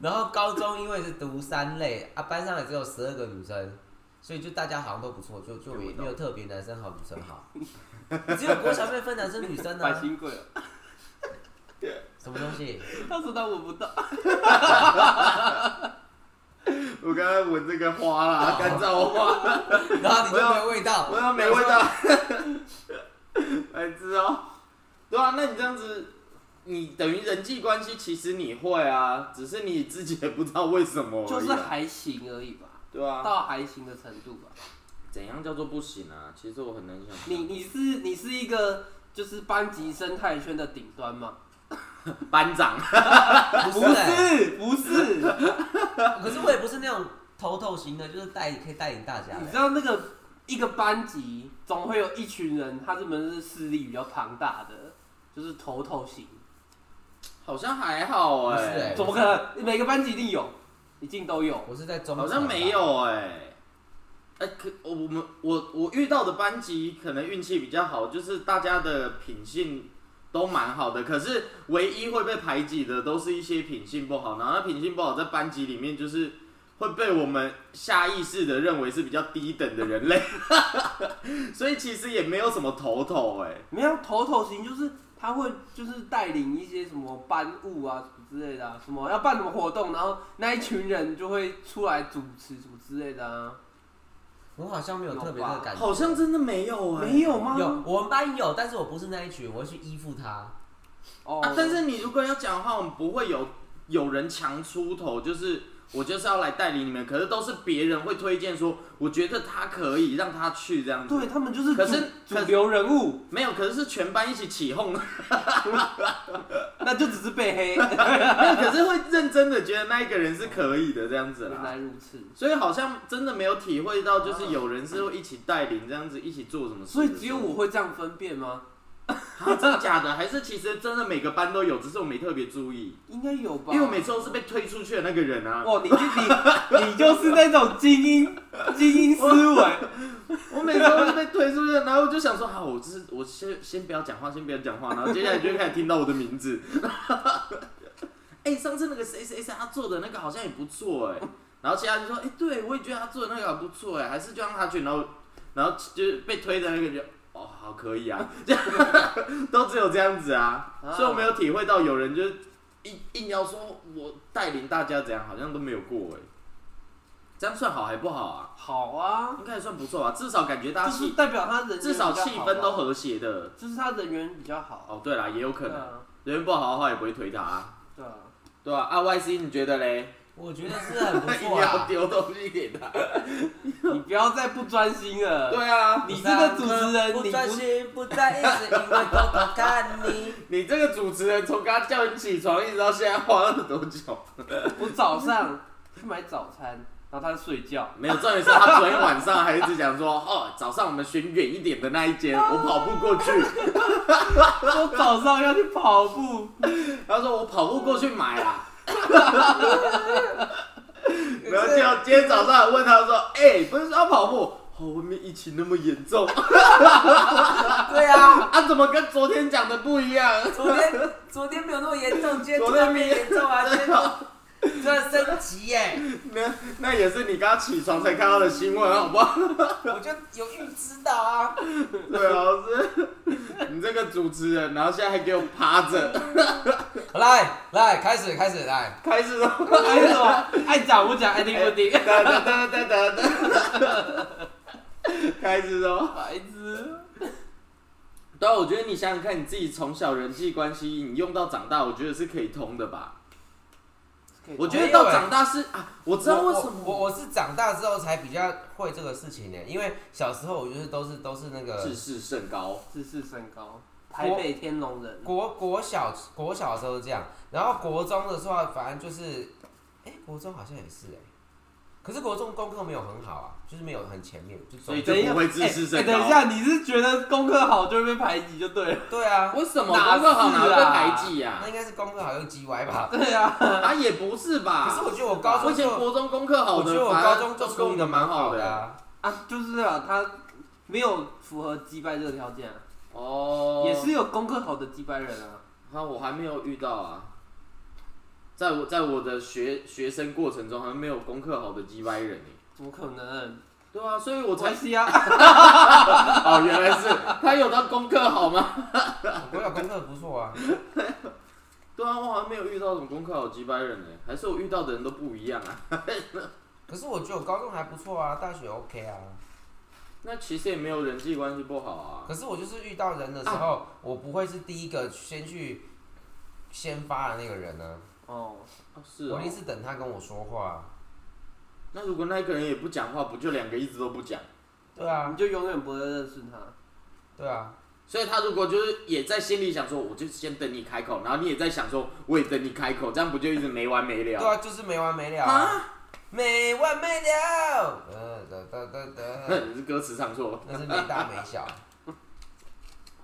S3: 然后高中因为是读三类啊，班上也只有十二个女生，所以就大家好像都不错，就就也没有特别男生好女生好，只有国小妹分男生女生
S5: 百
S3: 啊，
S5: 新贵哦，
S3: 什么东西？
S5: 他说他闻不到，
S2: 我刚才闻这个花啦，
S4: 啊
S2: 干燥花，
S3: 然后你就没有味道，
S2: 我要没味道， 白痴哦。
S4: 对啊，那你这样子，你等于人际关系，其实你会啊，只是你自己也不知道为什么而已
S5: 就
S4: 啊、
S5: 是还行而已吧，
S4: 对啊，
S5: 到还行的程度吧。
S4: 怎样叫做不行啊？其实我很难想象。
S5: 你你是你是一个就是班级生态圈的顶端吗？
S4: 班长，
S3: 不是欸、
S5: 不是， 你
S3: 可是我也不是那种头头型的，就是带可以带领大家
S5: 知
S3: 的。
S5: 道那个一个班级总会有一群人，他这门是势力比较庞大的，就是头头型，
S4: 好像还好哎、
S3: 不是欸
S5: 怎么可能？每个班级一定有，一定都有。
S3: 我是在中，
S4: 好像没。有哎、哎、可我们我我遇到的班级可能运气比较好，就是大家的品性都蛮好的，可是唯一会被排挤的都是一些品性不好，然后那品性不好在班级里面就是会被我们下意识的认为是比较低等的人类， 所以其实也没有什么头头哎、
S5: 没有头头型就是他会就是带领一些什么班务啊什么之类的、啊，什么要办什么活动，然后那一群人就会出来主持什么之类的啊，
S3: 我好像没有特别的感觉。
S4: 好像真的没有哎、
S5: 没有吗？
S3: 有，我们班有，但是我不是那一群，我会去依附他。
S5: 哦、
S4: 啊，但是你如果要讲的话，我们不会有有人强出头，就是我就是要来带领你们，可是都是别人会推荐说，我觉得他可以让他去这样子。
S5: 对他们就是
S4: 可
S5: 主
S4: 是可
S5: 主
S4: 是
S5: 流人物。
S4: 没有，可是是全班一起起 哄，
S5: 那就只是被黑，
S4: 没有，可是会认真的觉得那一个人是可以的这样子
S5: 原
S4: 啦。
S5: 来如此。
S4: 所以好像真的没有体会到，就是有人是会一起带领这样子一起做什么事。
S5: 所以只有我，会这样分辨吗？
S4: 啊、真的假的？还是其实真的每个班都有，只是我没特别注意，
S5: 应该有吧。
S4: 因为我每次都是被推出去的那个人啊。
S5: 哇，你就你你就是那种精英 精英思维，
S4: 啊我每次都是被推出去，然后我就想说，好，我就是我先先不要讲话，先不要讲话，然后接下来就会开始听到我的名字。 哎、上次那个谁谁谁他做的那个好像也不错哎、然后其他人就说，哎、对我也觉得他做的那个还不错哎、还是就让他去，然后然后就是被推的那个就。哦，好可以啊， 这样都只有这样子啊，
S5: 啊
S4: 所以我没有体会到有人就是硬硬要说我带领大家怎样，好像都没有过哎、这样算好还不好啊？
S5: 好啊，
S4: 应该也算不错吧，至少感觉大
S5: 就
S4: 家
S5: 是
S4: 啊气，
S5: 代表他人缘
S4: 至少
S5: 比较
S4: 气
S5: 好啊
S4: 氛都
S5: 吧，
S4: 和谐的。
S5: 就是他人缘比较好。
S4: 哦，对啦，也有可
S5: 对
S4: 能，
S5: 啊，
S4: 人缘不好的话也不会推他、啊，
S5: 对啊，
S4: 对吧、啊？y C 你觉得嘞？
S3: 我觉得是很不
S4: 一 定
S3: 错
S4: 要
S3: 啊。
S4: 丢东西给他。
S5: 你不要再不专心了。
S4: 对啊，
S5: 你这个主持人，
S3: 不
S5: 你
S3: 专
S5: 不
S3: 心，不在意，是因为偷偷看 你。
S4: 你这个主持人从刚叫你起床一直到现在花了多久？
S5: 我早上 去买早餐，然后他就睡觉。
S4: 没有，重点是他昨天晚上还一直讲说，哦，早上我们选远一点的那一间，我跑步过去。
S5: 我早上要去跑步，
S4: 他说我跑步过去买啦。然后今今天早上还问他说，哎、不是说要跑步？哦，外面疫情那么严重，
S3: 对啊，
S4: 啊，怎么跟昨天讲的不一样？
S3: 昨天昨天没有那么严重，今天
S4: 昨
S3: 突
S4: 天
S3: 然
S4: 没
S3: 变严重啊，今天突然升级耶、
S4: 那那也是你刚起床才看到的新闻，好不好？
S3: 我就有预知到啊。
S4: 对啊，是你这个主持人，然后现在还给我趴着，
S3: 来来，开始开始来。
S4: 开始了。
S5: 爱什么爱讲不讲，爱听不听，
S4: 哒哒哒哒哒哒，开始喽！
S5: 白痴。
S4: 对啊，我觉得你想想看，你自己从小人际关系，你用到长大，我觉得是可以通的吧？
S5: 可以
S4: 我觉得到长大是啊，我知道为什
S3: 我我
S4: 么
S3: 我是长大之后才比较会这个事情呢，因为小时候我就是都是都是那个
S4: 自视甚高，
S5: 自视身高，台北天龙人。啊
S3: 国国小国小的时候是这样，然后国中的时候反正就是，哎、国中好像也是哎、可是国中功课没有很好啊，就是没有很前面，就
S4: 所以
S3: 中
S4: 就不会自视
S5: 哎
S4: 甚
S5: 等
S4: 高。
S5: 一下，你是觉得功课好就会被排挤就对了？
S3: 对啊，
S4: 为什么
S5: 哪
S4: 功课好哪会
S5: 是
S4: 被
S5: 啊
S4: 排挤呀
S3: 那？应该是功课好又 G Y 吧。
S5: 对啊，
S4: 啊，也不是吧？
S3: 可是我觉得我高
S4: 我
S3: 中
S4: 以前
S3: 就，
S4: 国中功课好
S3: 我
S4: 的，
S3: 觉得我
S4: 反
S3: 高
S4: 而
S3: 中就
S4: 都跟
S3: 处
S4: 我
S3: 理的
S4: 们
S3: 蛮
S4: 蛮
S3: 好的
S4: 的。
S3: 啊。
S5: 啊，就是啊，他没有符合击败这个条件啊。
S4: 哦，
S5: 也是有功课好的几百人啊。
S4: 啊，我还没有遇到啊，在我在我的学学生过程中，好像没有功课好的几百人哎。
S5: 怎么可能？
S4: 对啊，所以我
S5: 我
S4: 才
S5: 才是啊，
S4: 哦，原来是他有他功课好吗？
S2: 国小功课不错啊，
S4: 对啊，我好像没有遇到什么功课好几百人哎，还是我遇到的人都不一样啊。
S2: 可是我觉得我高中还不错啊，大学 OK 啊。
S4: 那其实也没有人际关系不好啊。
S2: 可是我就是遇到人的时候，我不会是第一个先去先发的那个人呢、
S3: 啊
S5: 哦，
S4: 哦是
S2: 我
S4: 哦
S2: 一，定是等他跟我说话。
S4: 那如果那个人也不讲话，不就两个一直都不讲？
S2: 对啊
S5: 你，就永远不会认识他。
S2: 对啊，
S4: 所以他如果就是也在心里想说，我就先等你开口，然后你也在想说，我也等你开口，这样不就一直没完没
S2: 对
S4: 了？
S2: 啊，就是没完没了、啊，没完没了。呃，得得得得，
S4: 你是歌词唱错了
S2: 那是没大没小。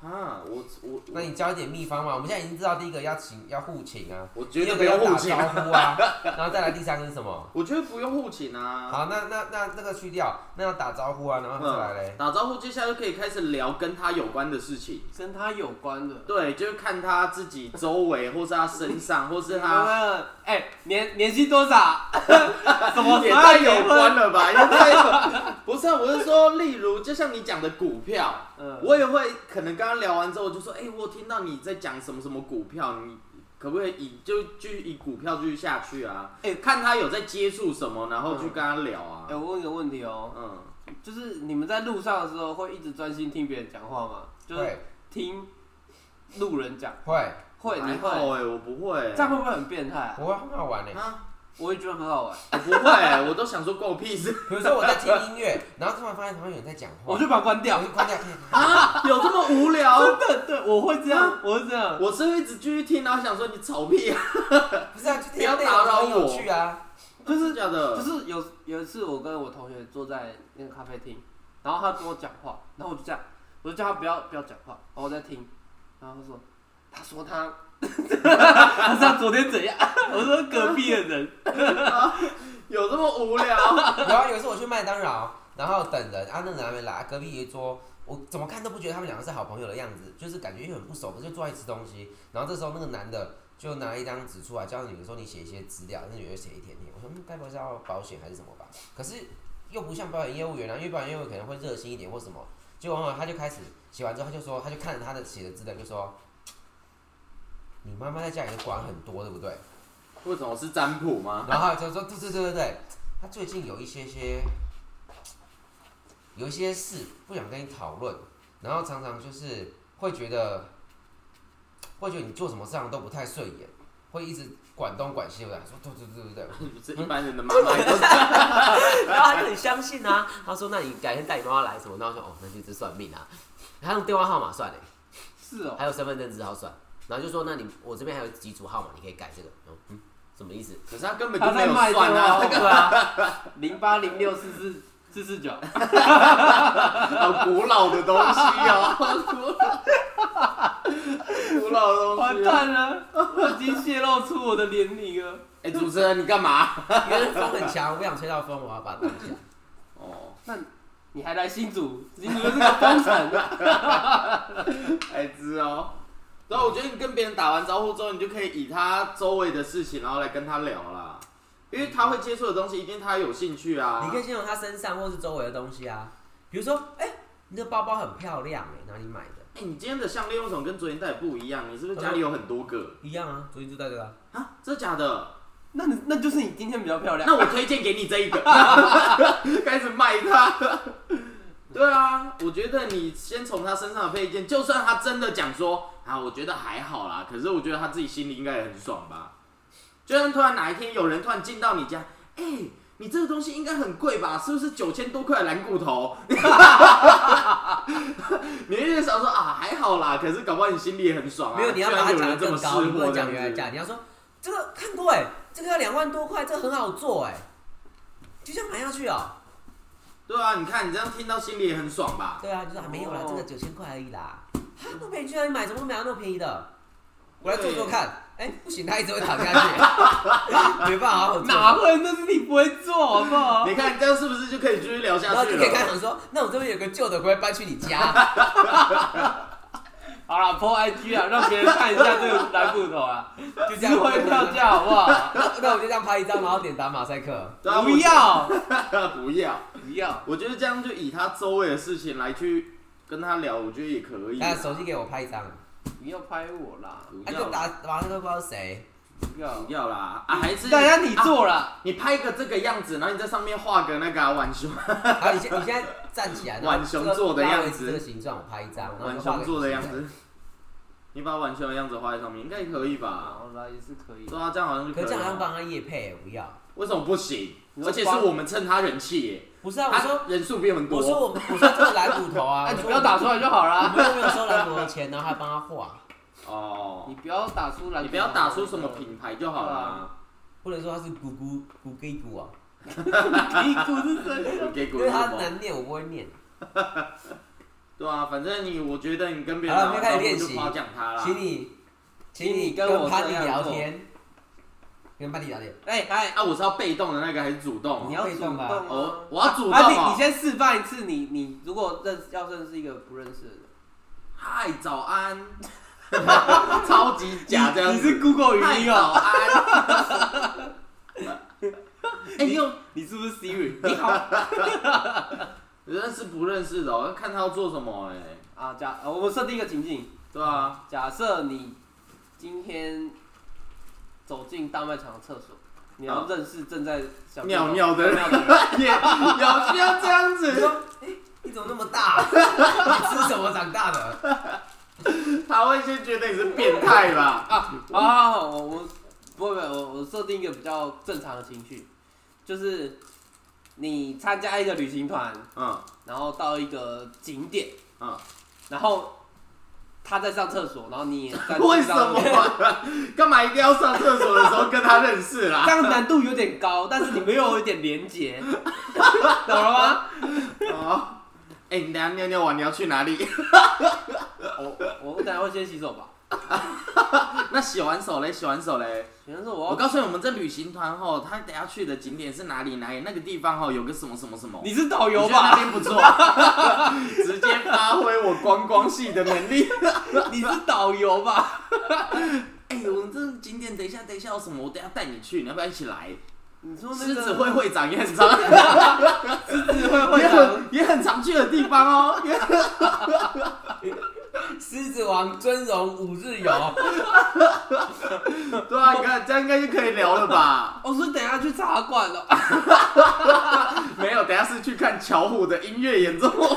S4: 啊！我我
S2: 那
S4: 我
S2: 你教一点秘方嘛？我们现在已经知道第一个要请要互请啊，
S4: 我
S2: 第
S4: 觉
S2: 二个
S4: 得不
S2: 要
S4: 用
S2: 打
S4: 互请
S2: 招
S4: 啊，
S2: 呼 啊，然后再来第三个是什么？
S4: 我觉得不用互请啊。嗯
S2: 好，那那那那个去掉，那要打招呼啊，然后再来嘞。
S4: 打招呼，接下来就可以开始聊跟他有关的事情。
S5: 跟他有关的。
S4: 对，就是看他自己周围，或是他身上，或是他
S5: 啊，哎，年年薪多 少？什么
S4: 也
S5: 时候要
S4: 太
S5: 结
S4: 有
S5: 婚
S4: 关？啊了吧？也太有 不是啊，我是说，例如就像你讲的股票，
S5: 嗯
S4: 我也会可能刚刚聊完之后，我就说，哎、我听到你在讲什么什么股票，你可不可以以就继续以股票继续下去啊？
S5: 哎
S4: 看他有在接触什么，然后去
S5: 嗯
S4: 跟他聊啊
S5: 哎，。我问一个问题哦，
S4: 嗯，
S5: 就是你们在路上的时候会一直专心听别人讲话吗？
S4: 嗯
S5: 就是
S2: 会
S5: 听路人讲，
S2: 会，
S5: 会你
S4: 还好
S5: 会，
S4: 哎、我不会、
S5: 这样会不会很变态啊？
S2: 我会很好玩嘞、
S4: 啊，
S5: 我也觉得很好玩，
S4: 我不会、欸，我都想说关我屁事
S2: 比如说我在听音乐，然后突然发现旁边有人在讲话，
S5: 我就把它关掉
S2: 我。就关掉。
S4: 啊，有这么无聊？
S5: 对对，我会这样，我会这样。
S4: 我是会一直继续听，然后想说你吵屁啊，
S2: 不是啊，就
S4: 不要
S2: 听内
S4: 打
S2: 容
S4: 扰
S2: 很有
S4: 我
S2: 趣啊。
S4: 就是假的，
S5: 就是有有一次，我跟我同学坐在那个咖啡厅，然后他跟我讲话，然后我就这样，我就叫他不要不要讲话，然后我在听，然后他说，他说他， 他说他昨天怎样？我说隔壁的人，
S4: 有这么无聊？
S2: 然后有一次我去麦当劳，然后等人，啊，那个人还没来，隔壁一桌，我怎么看都不觉得他们两个是好朋友的样子，就是感觉又很不熟，可是就坐在一起吃东西。然后这时候那个男的就拿一张纸出来，叫那女的说你写一些资料，那女的写一点点。我说嗯，该不会是要保险还是什么吧？可是又不像保险业务员啊，因为保险业务员可能会热心一点或什么。结果后来他就开始写完之后，他就说，他就看着他的写的资料，就说。你妈妈在家里管很多，对不对？
S4: 为什么是占卜吗？
S2: 然后就说对对对对对，他最近有一些些，有一些事不想跟你讨论，然后常常就是会觉得，会觉得你做什么事上都不太顺眼，会一直管东管西的。说对对对对对，
S4: 是一般 人的妈妈都是
S3: 然后他就很相信啊，他说：“那你改天带你妈妈来什么？”然后我说：“哦，那就是算命啊。”他用电话号码算的，
S5: 是哦，
S3: 还有身份证字号算，然后就说：“那你我这边还有几组号码，你可以改这个。”嗯嗯，什么意思？
S4: 可是他根本就
S5: 他
S4: 没
S5: 在
S4: 有
S5: 卖
S4: 算啊，
S5: 对啊， 零八零六四四四四九，
S4: 好古老的东西哦， 好古老，古老的东
S5: 完
S4: 西哦。
S5: 蛋了，我已经泄露出我的年龄了。
S4: 哎、主持人你干嘛？
S3: 因为风很强，我不想吹到风，我要把它挡起来。
S4: 哦，
S5: 那你还来新竹？新竹是个风城，
S4: 孩子哦。然后我觉得你跟别人打完招呼之后，你就可以以他周围的事情，然后来跟他聊啦，因为他会接触的东西，一定他有兴趣啊。
S3: 你可以先从他身上或是周围的东西啊，比如说，哎、你的包包很漂亮哎、哪里买的？
S4: 哎、你今天的项链为什么跟昨天戴的不一样？你是不是家里有很多个？
S3: 一样啊，昨天就带这个、啊。
S4: 啊，真的假的？
S5: 那你那就是你今天比较漂亮。
S4: 那我推荐给你这 一个，开始卖它。 对啊，我觉得你先从他身上的配件，就算他真的讲说啊，我觉得还好啦，可是我觉得他自己心里应该也很爽吧。就算突然哪一天有人突然进到你家，哎、你这个东西应该很贵吧？是不是九千多块的蓝骨头？ 你就想说啊，还好啦，可是搞不好你心里也很爽啊。
S3: 没有，你要把它
S4: 居
S3: 讲得
S4: 然有人这
S3: 更
S4: 么识
S3: 高，你不
S4: 货
S3: 能
S4: 这样
S3: 讲原来
S4: 子。
S3: 价，你要说这个看过哎、这个要两万多块，这个很好做哎、就这样买下去哦。
S4: 对啊，你看你这样听到心里也很爽吧？
S3: 对啊，你就说、啊、没有啦，
S5: 哦
S3: 这个九千块而已啦，哈，那么便宜去哪里买？怎么会买到那么便宜的？我来做做看。哎、不行，它一直会躺下去， 没办法 好好做。
S5: 哪会？那是你不会做，好不好？
S4: 你看这样是不是就可以继续聊
S3: 然
S4: 下
S3: 后
S4: 去
S3: 就可以开
S4: 了？
S3: 始说，那我这边有个旧的，可不可以搬去你家？
S5: 好啦 po IG 啊，让别人看一下这个蓝骨头啊，
S2: 就这
S5: 智
S2: 样
S5: 慧票价好不好？
S2: 那那我就这样拍一张，然后点打马赛克。
S4: 对啊
S5: 不要
S4: 不要，
S5: 不要，
S4: 我觉得这样就以他周围的事情来去跟他聊，我觉得也可以。
S2: 那手机给我拍一张，
S5: 不要拍我啦，
S4: 不
S2: 哎，
S4: 要
S2: 就
S4: 啦
S2: 打马赛克不知道是谁。
S5: 不要
S4: 不。要啦，啊，还是
S5: 大家你
S4: 啊
S5: 做啦，
S4: 你拍个这个样子，然后你在上面画个那个啊浣熊，
S2: 好，你现你现在站起来，然后
S4: 浣熊做的样子
S2: 这个形状我拍一张，
S4: 浣熊做的样。子，你把浣熊的样子画在上面，应该可以吧？
S5: 好啦也是可以
S4: 对。啊，这样好像就
S2: 可是
S4: 以
S2: 这样好像
S4: 了。
S2: 帮他夜配，我不要。
S4: 为什么不行？
S5: 你说
S4: 而且是
S5: 帮
S4: 我们蹭他人气耶，
S2: 不是啊，我说
S4: 他人数比我们
S2: 我说
S4: 多。
S2: 我们我说这个蓝骨头啊，
S5: 哎，你不要打出来就好
S2: 我
S5: 啦，
S2: 们又没有收蓝骨头的钱，然后还帮他画，
S4: 哦
S5: 你，不要打出蓝骨头，
S4: 你不要打出什么品牌就好啦。
S2: 不能说他是咕咕咕咕咕啊，
S5: 屁股是谁？
S4: 我给
S2: 因
S4: 鬼
S2: 为他
S4: 肉包
S2: 难念，我不会念。
S4: 对啊，反正你，我觉得你跟别人
S2: 好了我们
S4: 打
S2: 开始
S4: 招呼
S2: 练
S4: 就
S2: 习
S4: 夸奖他啦。
S2: 请你，请
S5: 请你
S2: 你
S5: 跟
S2: 跟
S5: 我这
S2: Patty
S5: 样
S2: 聊
S5: 做
S2: 天，跟 Patty 聊天。
S5: 哎哎，
S4: 啊，我是要被动的那个还是主动？啊
S5: 你要
S2: 被
S5: 主
S2: 动
S5: 动
S2: 吧
S5: 哦
S4: 哦，。我要主动
S5: 阿弟，
S4: 哦
S5: 你。先示范一次，你你如果认识要认识一个不认识的人，
S4: 嗨，早安。 超级假这样
S5: 你
S4: 子。
S5: 是 Google 语
S4: 嗨，
S5: 音
S4: 早
S5: 哦，
S4: 安。哎，你有
S5: 你是不是 Siri？你好
S4: 认识不认识的哦？看他要做什么哎。
S5: 啊，假呃我们设定一个情境，
S4: 对 啊，
S5: 假设你今天走进大卖场的厕所，你要
S4: 好
S5: 认识正在想
S4: 尿尿的人
S5: 尿的人，
S4: 也有需要这样子，
S2: 你怎么那么大？ 你吃什么长大的？
S4: 他会先觉得你是变态吧？
S5: 好好好，我我不会不会，我我设定一个比较正常的情绪，就是你参加一个旅行团，
S4: 嗯
S5: 然后到一个景点，
S4: 嗯，
S5: 然后他在上厕所，然后你也在
S4: 嗯为什么？啊 干嘛一定要上厕所的时候跟他认识
S5: 这
S4: 啦？
S5: 样难度有点高，但是你们又有一点连结，懂了吗？
S4: 哦，哎，你等一下尿尿完你要去哪里？
S5: 我我等下会先洗手吧。
S4: 那洗完手嘞，洗完手嘞。
S5: 有人说我
S4: 我
S5: 要，
S4: 告诉你，我们这旅行团吼，他等下去的景点是哪里？哪里？那个地方吼有个什么什么什么？
S5: 你是导
S4: 我
S5: 游
S4: 觉得那
S5: 吧？
S4: 边不错， 直接发挥我观光系的能力。
S5: 你是导游吧？
S4: 哎、我们这景点等一下，等一下有什么？我等一下带你去，你要不要一起来？
S5: 你说哦那
S4: 狮
S5: 个
S4: 子会会长也很常，
S5: 狮子会会
S4: 也
S5: 长
S4: 很也很常去的地 方哦。也
S2: 狮子王尊荣五日游，
S4: 对啊，你看这样应该就可以聊了吧？
S5: 我说等下去茶馆了，
S4: 没有，等一下是去看巧虎的音乐演奏会。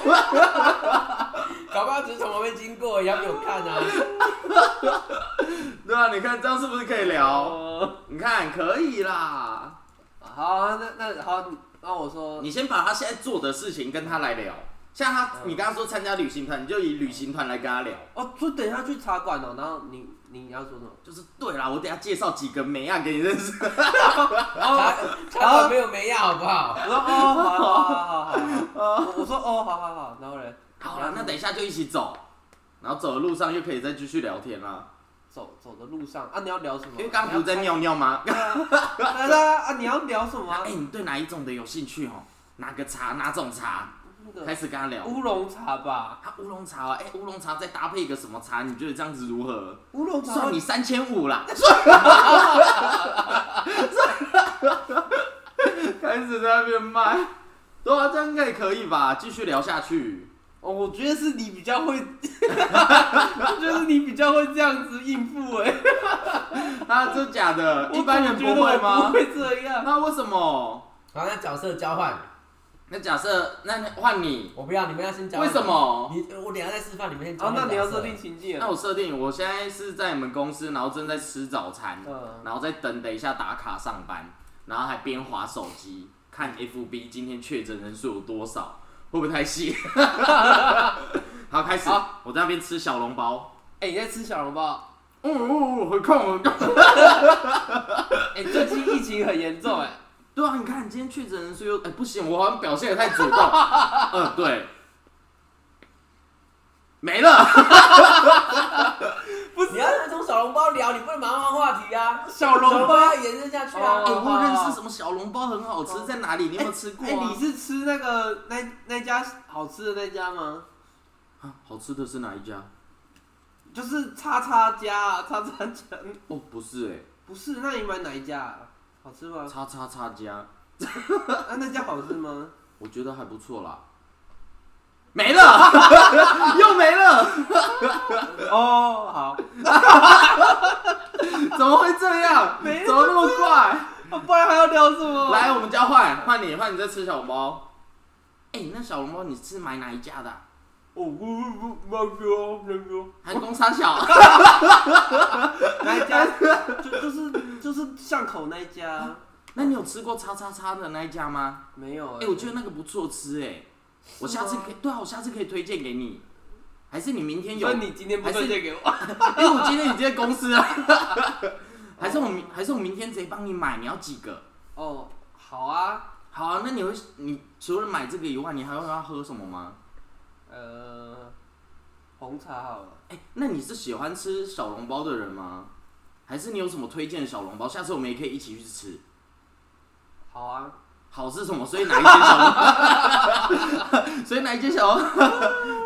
S2: 搞不好只是从旁边经过，也要给我看 啊。
S4: 对啊，你看这样是不是可以聊？
S5: 哦，
S4: 你看可以啦。
S5: 好啊，那那好，那我说
S4: 你先把他现在做的事情跟他来聊。像他，你刚刚说参加旅行团，你就以旅行团来跟他聊。
S5: 哦，说等下去茶馆哦，然后你你要说什么？
S4: 就是对啦，我等一下介绍几个美亚给你认识。
S5: 哦
S2: 茶茶馆没有梅亚，好不好？
S5: 我说哦，好好好好好好，我我说哦，好好好，然后嘞，
S4: 好了，那等一下就一起走，然后走的路上又可以再继续聊天啦。
S5: 走走的路上啊，你要聊什么？
S4: 因为刚刚不是在尿尿吗？
S5: 对啊，对啊，啊你要聊什么啊
S4: 哎、？你对哪一种的有兴趣哦？哪个茶？哪种茶？
S5: 那
S4: 开
S5: 个
S4: 始跟他聊。
S5: 乌龙茶吧，
S4: 他乌龙茶哦，哎、乌龙茶再搭配一个什么茶？你觉得这样子如何？
S5: 乌龙茶
S4: 算你三千五啦。开始在那边卖，对啊，这样应该也可以吧？继续聊下去。
S5: 哦，我觉得是你比较会， 我觉得是你比较会这样子应付哎、
S4: 啊，真假的？
S5: 我
S4: 一般人
S5: 怎么觉得
S4: 会
S5: 我
S4: 吗
S5: 不？会这样，
S4: 那为什么？
S2: 好，那角色交换，
S4: 那假设那换你，
S2: 我不要，你们要先交
S4: 为
S2: 换。
S4: 什？么？
S2: 你我等一下再示范，你们先交
S5: 然后
S2: 换角色。
S5: 哦那你要设定情境
S4: 那
S5: 啊，
S4: 我设定，我现在是在你们公司，然后正在吃早餐，
S5: 嗯
S4: 然后再等等一下打卡上班，然后还边划手机看 FB 今天确诊人数有多少，会不会太细？ 好，开始，
S5: 好
S4: 我在那边吃小笼包。
S5: 哎、你在吃小笼包，
S4: 哦哦，哦很痛很痛。
S5: 哎、最近疫情很严重哎、
S4: 对啊，你看今天确诊人数又……哎、不行，我好像表现的太 主动。嗯，对，没了。
S2: 你要先从小笼包聊，你不能马上换话题啊。
S5: 小笼包，
S2: 要延伸下去啊。
S4: 哎、
S5: 哦
S4: 我认识什么小笼包很好吃，在哪里？哦你有没有吃过、啊
S5: 哎、你是吃那个那那家好吃的那家吗？
S4: 啊，好吃的是哪一家？
S5: 就是叉叉家啊，叉叉家，
S4: 哦，不是哎、
S5: 不是？那你买哪一家啊？好吃 吗？
S4: 叉叉叉家，
S5: 啊，那家好吃吗？
S4: 我觉得还不错啦。没了， 又没了，
S5: 哦，好，
S4: 怎么会这样？
S5: 没了
S4: 怎么那么快？
S5: 啊不然还要聊什么？
S4: 来，我们交换，换你，换你在吃小笼包。哎、那小笼包你是买哪一家的啊、
S5: 哦，我我我，那个那个，
S4: 还工商小？啊
S5: 哪一家？就就是就是巷口那一家，
S4: 那你有吃过叉叉叉的那一家吗？
S5: 没有
S4: 哎、
S5: 哎、
S4: 我觉得那个不错吃哎、我下次可以，对啊，我下次可以推荐给你。还是你明天有？
S5: 所以你今天不推荐给我？
S4: 因为我今天已经在公司了，啊 还是我明还是我明天直接帮你买，你要几个？
S5: 哦，好啊，
S4: 好啊，那你会你除了买这个以外，你还会要喝什么吗？
S5: 呃，红茶好了。
S4: 哎、那你是喜欢吃小笼包的人吗？还是你有什么推荐的小笼包？下次我们也可以一起去吃。
S5: 好啊，
S4: 好是什么？所以哪一间小笼包？ 所以哪一间小笼包？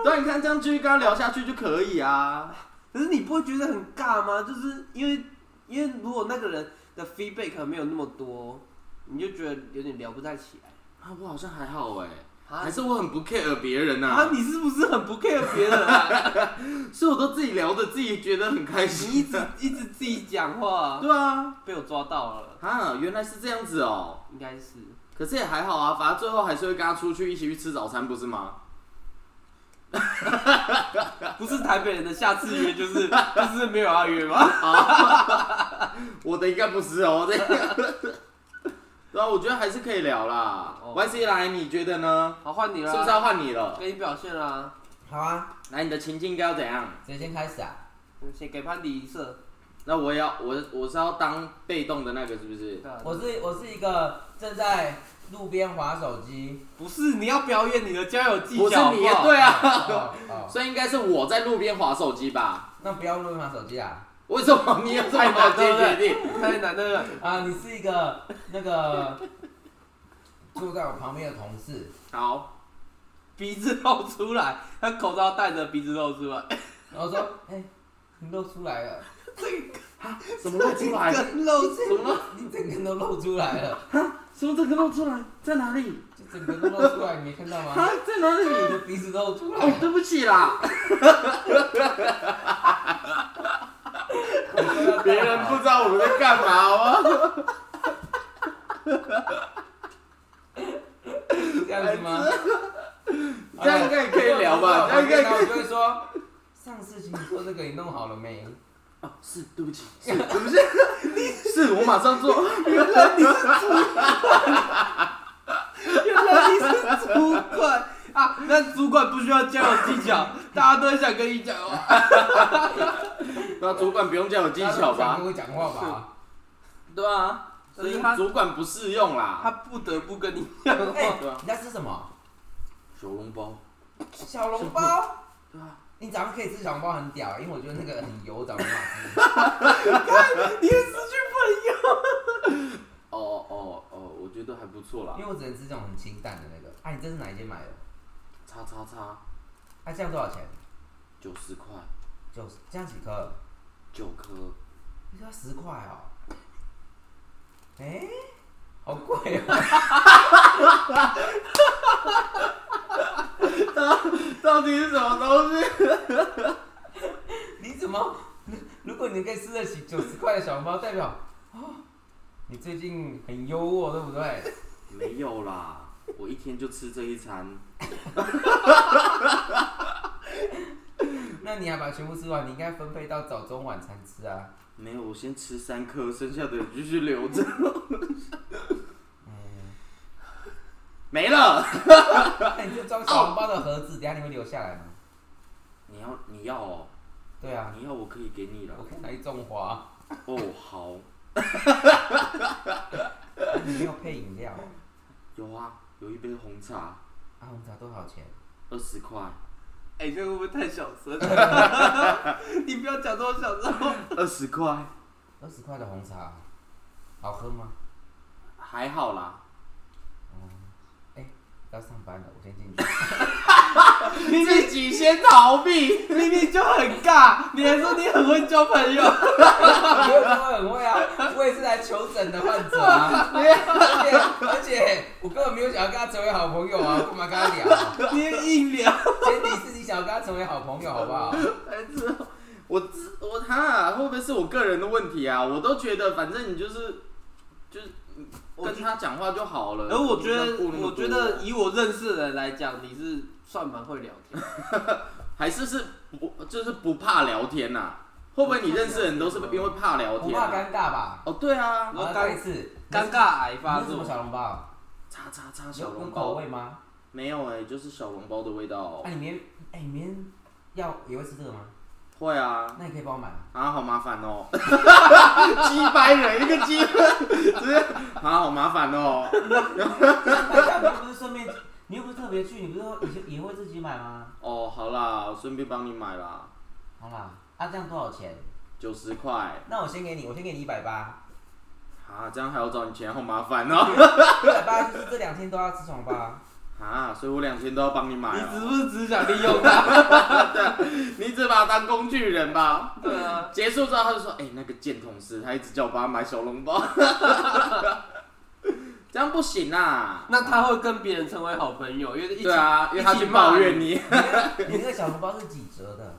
S4: 对啊，你看这样继续跟他聊下去就可以啊。
S5: 可是你不会觉得很尬吗？就是因为因为如果那个人的 feedback 没有那么多，你就觉得有点聊不太起来。
S4: 啊，我好像还好哎、
S5: 啊
S4: 还是我很不 care 别人呐、
S5: 啊，你是不是很不 care 别人啊？
S4: 所以我都自己聊的，自己觉得很开心。
S5: 你一直一直自己讲话，
S4: 对啊，
S5: 被我抓到了，
S4: 啊，原来是这样子哦。
S5: 应该是。
S4: 可是也还好啊，反正最后还是会跟他出去一起去吃早餐，不是吗？
S5: 不是台北人的下次约 就是就是没有要约吗？
S4: 我的应该不是哦，这个。 对啊，我觉得还是可以聊啦。
S5: 哦
S4: Y C 来，你觉得呢？
S5: 好，换你
S4: 是
S5: 了，
S4: 不是要换你了？
S5: 给你表现啦，
S3: 好啊，
S4: 来，你的情境应该要怎样？
S3: 谁先开始啊？
S5: 嗯先给潘迪一射。
S4: 那我也要，我我是要当被动的那个，是不是？
S3: 我是我是一个正在路边划手 机，
S5: 不是你要表演你的交友技
S4: 不是
S5: 巧好
S4: 你
S5: 不，好
S4: 对啊。
S3: 哦哦，
S4: 所以应该是我在路边划手机吧？
S3: 那不要路边划手机啊！
S4: 为什么你有这么高阶决定？
S5: 太难了。
S3: 啊，你是一个那个 坐在我旁边的同事，
S4: 好，
S5: 鼻子露出来，他口罩戴着，鼻子露出来，
S3: 然后说，哎、你露出来了，
S4: 怎么露出来？什
S5: 跟露出
S4: 么了？
S3: 你整个都露出来了，
S4: 什么整个露出来？在哪里？
S3: 就整个都露出来，你没看到
S4: 啊
S3: 吗？，
S4: 在哪里？
S3: 你的鼻子露出来
S4: 哦，
S3: 了，
S4: 对不起啦，别人不知道我们在干嘛好吗？
S3: 这样子吗？
S4: 这样应该也可以聊吧？这样应该
S3: 然后
S4: 可
S3: 我
S4: 以。
S3: 就会说，上次请你做这个，你弄好了没？
S4: 哦，是，对不 起，是，对不起，是我马上 做。
S5: 原来你是主管啊！那主管不需要交友技 巧，大家都很想跟你讲话。
S4: 那主管不用教我技巧
S3: 大家都想跟？
S4: 吧
S3: 我讲话吧？
S4: 对啊，所以主管不适用
S5: 他
S4: 啦。
S5: 不得不跟你讲话。
S3: 哎、
S4: 对啊
S3: 你在吃什么？
S4: 小笼包，
S3: 小笼包。
S4: 对啊，
S3: 你早上可以吃小笼包，很屌、啊因为我觉得那个很油，早上好吃。
S5: 你也失去朋友。
S4: 哦哦哦，我觉得还不错啦
S3: 因为。我只能吃这种很清淡的那个。啊，你这是哪一间买的？
S4: 叉叉叉，
S3: 啊，这样多少钱？
S4: 九十块，
S3: 九十，这样几颗？
S4: 九颗。
S3: 一颗十块哦。哎、好贵哦！
S4: 到底是什么东西？
S3: 你怎么？ 如果你可以吃得起九十块的小笼包，代表哦你最近很优渥，对不对？
S4: 没有啦，我一天就吃这一餐。
S3: 那你还把它全部吃完，你应该分配到早中晚餐吃啊。
S4: 没有，我先吃三颗，剩下的继续留着。嗯没了。
S3: 那你就装小笼包的盒子，等一下你会留下来吗？
S4: 你要你要哦，
S3: 对啊，
S4: 你要我可以给你了
S3: 我。可以拿一种花，
S4: 哦，好，
S3: 你没有配饮料。
S4: 有啊，有一杯红茶，
S3: 啊，我们找多少钱？
S4: 二十块，
S5: 哎、这会不会太小 声？你不要讲这么小声。
S4: 二十块，
S3: 二十块的红茶，啊好喝吗？嗯
S4: 还好啦。
S3: 哎、要上班了，我先进 去。
S5: 明明
S4: 自己先逃避，
S5: 明明就很尬，你还说你很会交朋友，
S3: 我也说很会啊，我也是来求诊的患者 啊。而且而且我根本没有想要跟他成为好朋友啊，我干嘛跟他聊、啊？
S5: 你硬聊。
S3: 前提是你想要跟他成为好朋友，好不好？
S4: 哎，之后我自 我哈，会不会是我个人的问题啊？我都觉得，反正你就是就是
S5: 我
S4: 跟
S5: 觉
S4: 他讲话就好了。
S5: 而我觉
S4: 不要
S5: 得
S4: 顾那，么
S5: 我觉
S4: 多
S5: 得以我认识的人来讲，你是算蛮会聊天。
S4: 还是是不就是不怕聊天呐、会不会你认识的人都是因为怕聊
S3: 不
S4: 天、
S3: 怕
S4: 啊？
S3: 尴尬吧？
S4: 哦，对啊
S3: 然，后再一次，
S5: 尴尬癌
S3: 你
S5: 发
S3: 是什么
S5: 作，
S3: 小笼包？
S4: 叉叉叉
S3: 有
S4: 小笼
S3: 有口
S4: 包
S3: 味吗？
S4: 没有哎、就是小笼包的味道哦
S3: 啊，。你明天哎，你明天要也会吃这个吗？
S4: 会啊，
S3: 那你可以帮我买吗？
S4: 啊，好麻 烦哦，鸡掰人一个鸡，直接啊，好麻烦哦。
S3: 你又不是顺便，你又不是特别去，你不是也也会自己买吗？
S4: 哦，好啦，我顺便帮你买啦，
S3: 好啦，啊这样多少钱？
S4: 九十块。
S3: 那我先给你，我先给你一百 八，
S4: 啊，这样还要找你钱，好麻烦哦。
S3: 一百八就是这两天都要吃小笼包啊。
S4: 啊，所以我两天都要帮你买、
S5: 你
S4: 哦。
S5: 是不是只想利用他？
S4: 你只把他当工具人吧。
S5: 对啊，
S4: 结束之后，他就说：“哎、那个贱同事，他一直叫我帮他买小 笼包，这样不行啊。
S5: 那他会跟别人成为好朋友，因为”一起
S4: 对啊，因为他去抱怨你。
S3: 你那个你那个小笼包是几折的？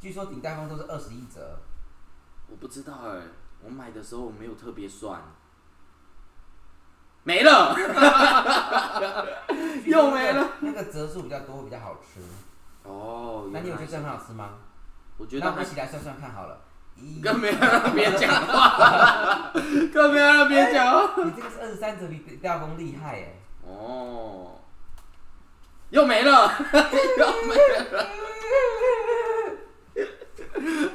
S3: 据说顶戴方都是二十一折，
S4: 我不知道哎、我买的时候我没有特别算。没了，又没了。
S3: 那个折数比较多，比较好吃。
S4: 哦，
S3: 那你有
S4: 原
S3: 觉
S4: 来
S3: 得这样很好吃吗？
S4: 我觉
S3: 那
S4: 得
S3: 我们
S4: 还
S3: 一起来算算看好了。 一，
S4: 更没有让别人讲话，更没有让别人讲话。
S3: 你这个是二十三折，比顶戴方厉 害哎、
S4: 哦，又没了，又没了。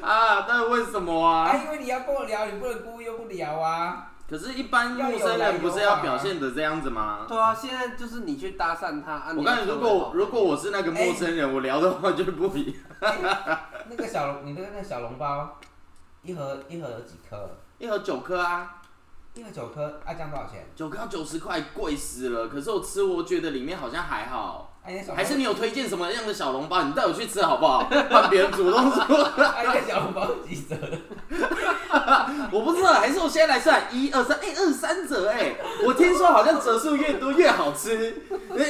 S4: 啊，到底为什么
S3: 啊，
S4: 啊？
S3: 因为你要跟我聊，你不能故意又不聊啊。
S4: 可是，一般陌生人不是要表现的这样子吗？
S5: 对啊，现在就是你去搭讪他。啊、
S4: 我
S5: 你
S4: 告诉
S5: 要
S4: 你，如
S5: 成为好朋
S4: 果
S5: 友
S4: 如果我是那个陌生
S3: 哎
S4: 人，我聊的话就不一样。
S3: 那个小笼，你那个小笼包，一盒一盒有几颗？
S4: 一盒九颗啊，
S3: 一盒九颗，啊，这样多少钱？
S4: 九颗要九十块，贵死了。可是我吃，我觉得里面好像还好。
S3: 哎、那小笼包
S4: 还是你有推荐什么样的小笼包？你带我去吃好不好？ 换别人主动说，
S3: 哎，那小笼包几折？
S4: 我不知道，还是我现在来算一二三，哎，二三折哎、我听说好像折数越多越好吃， 你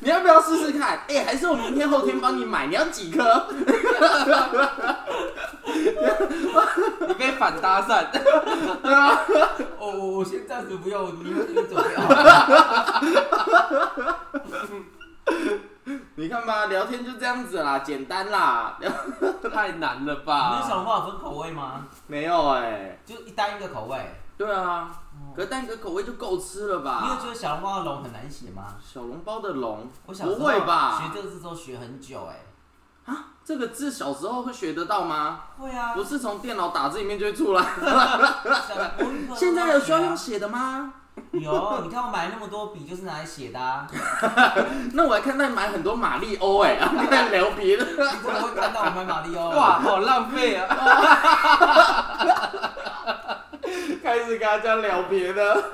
S4: 你要不要试试看？哎、还是我明天后天帮你买，你要几颗？
S5: 你被反搭讪，
S3: 我哦我我先暂时不用，你们你们 走掉好
S4: 啊
S3: 了。
S4: 你看吧，聊天就这样子啦，简单啦，
S5: 太难了
S3: 你那小
S5: 吧？
S3: 笼包有分口味吗？
S4: 没有哎、
S3: 就一单一个口味。
S4: 对啊，可蛋壳口味就够吃了
S3: 你有
S4: 吧
S3: 觉？得小笼包的笼很难写吗？
S4: 小笼包的笼，
S3: 我小时
S4: 不
S3: 候
S4: 会吧
S3: 学？这个字都学很久哎、
S4: 啊，这个字小时候会学得到吗？
S3: 会啊
S4: 不，是从电脑打字里面就会出来，
S3: 小我女朋友都
S4: 现在有需要用
S3: 学
S4: 写的吗？
S3: 啊有，你看我买了那么多笔，就是拿来写的、 啊。
S4: 那我还看到你买很多马里欧哎， 你看牛皮的，
S3: 你怎么会看到我买马里
S4: 哦
S3: 奥？
S5: 哇，好浪费啊！
S4: 开始跟他家聊别 的。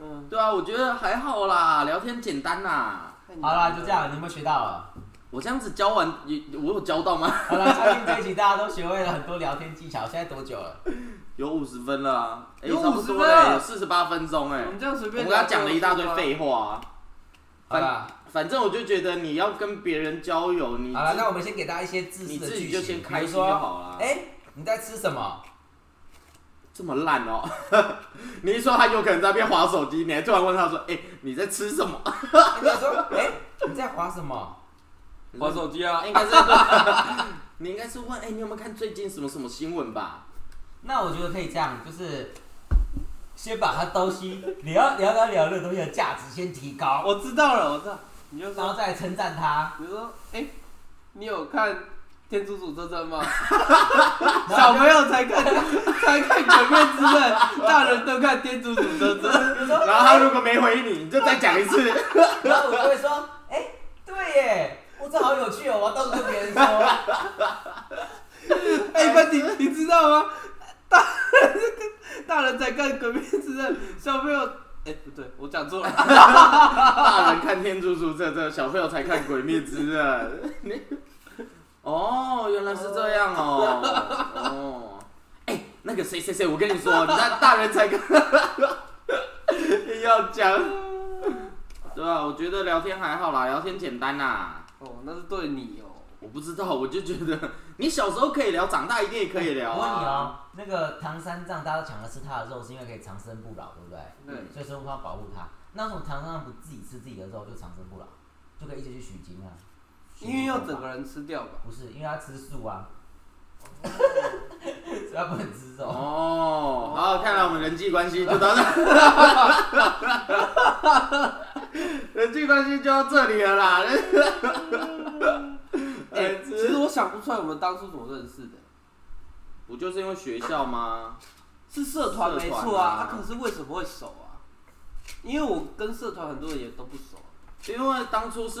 S5: 嗯，
S4: 对啊，我觉得还好啦，聊天简单啦。
S5: 太难
S3: 好啦，
S5: 了
S3: 就这。样，你有没有学到了？
S4: 我这样子教完，你我有教到吗？
S3: 好了，相信这一集大家都学会了很多聊天技巧。现在多久了？
S4: 有五十分了啊，哎
S5: 有
S4: 差不多
S5: 50分了
S4: 有四十八分钟哎
S5: 我。们这样随
S4: 我
S5: 便
S4: 跟
S5: 聊。
S4: 他讲了一大堆废话啊、
S3: 好啦，
S4: 反正我就觉得你要跟别人交友，你
S3: 好了，
S4: 自
S3: 那我们先给大家一些自
S4: 你
S3: 私的
S4: 自
S3: 剧
S4: 己
S3: 情，
S4: 就先开
S3: 比
S4: 心
S3: 如
S4: 就
S3: 说
S4: 好啦。
S3: 哎、你在吃什 么？
S4: 这么烂哦、 你一说他有可能在那边划手机，你还突然问他说：“哎、你在吃什么
S3: 你在说，哎、你在划什么？
S5: 玩
S4: 嗯
S5: 手机？”啊，
S4: 应该是问 你应该是问：“哎、你有没有看最近什么什么新闻吧？”
S3: 那我觉得可以这样，就是先把它东西，你要你要跟他聊这个东西的价值先提高，
S5: 我知道了，我知道。你就
S3: 然后
S5: 说，
S3: 再称赞他。
S5: 你就说，哎、你有看《天竺鼠车车》 吗？
S3: 然
S5: 小
S3: 后
S5: 朋友才看，才看《鬼灭之刃》，大人都看《天竺鼠车车》。
S4: 然后他如果没回你，你就再讲一次。
S3: 就哎然后我就会说，哎、对耶，我这好有趣哦，我要到处跟别人说。
S5: 哎、班迪，你知道吗？ 大人在 看，大人在看《鬼灭之刃》，小朋友，哎、不对，我讲错了。
S4: 大人看天竺叔叔这这小朋友才看《鬼灭之刃》。哦，原来是这样哦。哦，哎、那个谁谁谁，我跟你说，你那大人才看，要讲。对啊，我觉得聊天还好啦，聊天简单啦。
S5: 哦，那是对你哦。
S4: 我不知道，我就觉得你小时候可以聊，长大一定也可以聊
S3: 我问你
S4: 啊。
S3: 哦，那个唐三藏大家都抢着吃他的肉，是因为可以长生不老，对不对？
S5: 对，
S3: 所以孙悟空要保护他。那为什么唐三藏不自己吃自己的肉就长生不老，就可以一直去取经啊？
S5: 因为要整个人吃掉吧。
S3: 不是，因为他吃素 啊，所以他不能吃肉。
S4: 哦，好，看来我们人际关系就到 这，人际关系就到这里了啦。
S5: 哎、
S4: 哎，
S5: 其实我想不出来我们当初怎么认识的，
S4: 不就是因为学校吗？
S5: 是社团没错啊，
S4: 社团
S5: 啊
S4: 啊
S5: 可是为什么会熟啊？因为我跟社团很多人也都不熟。啊
S4: 因为当初是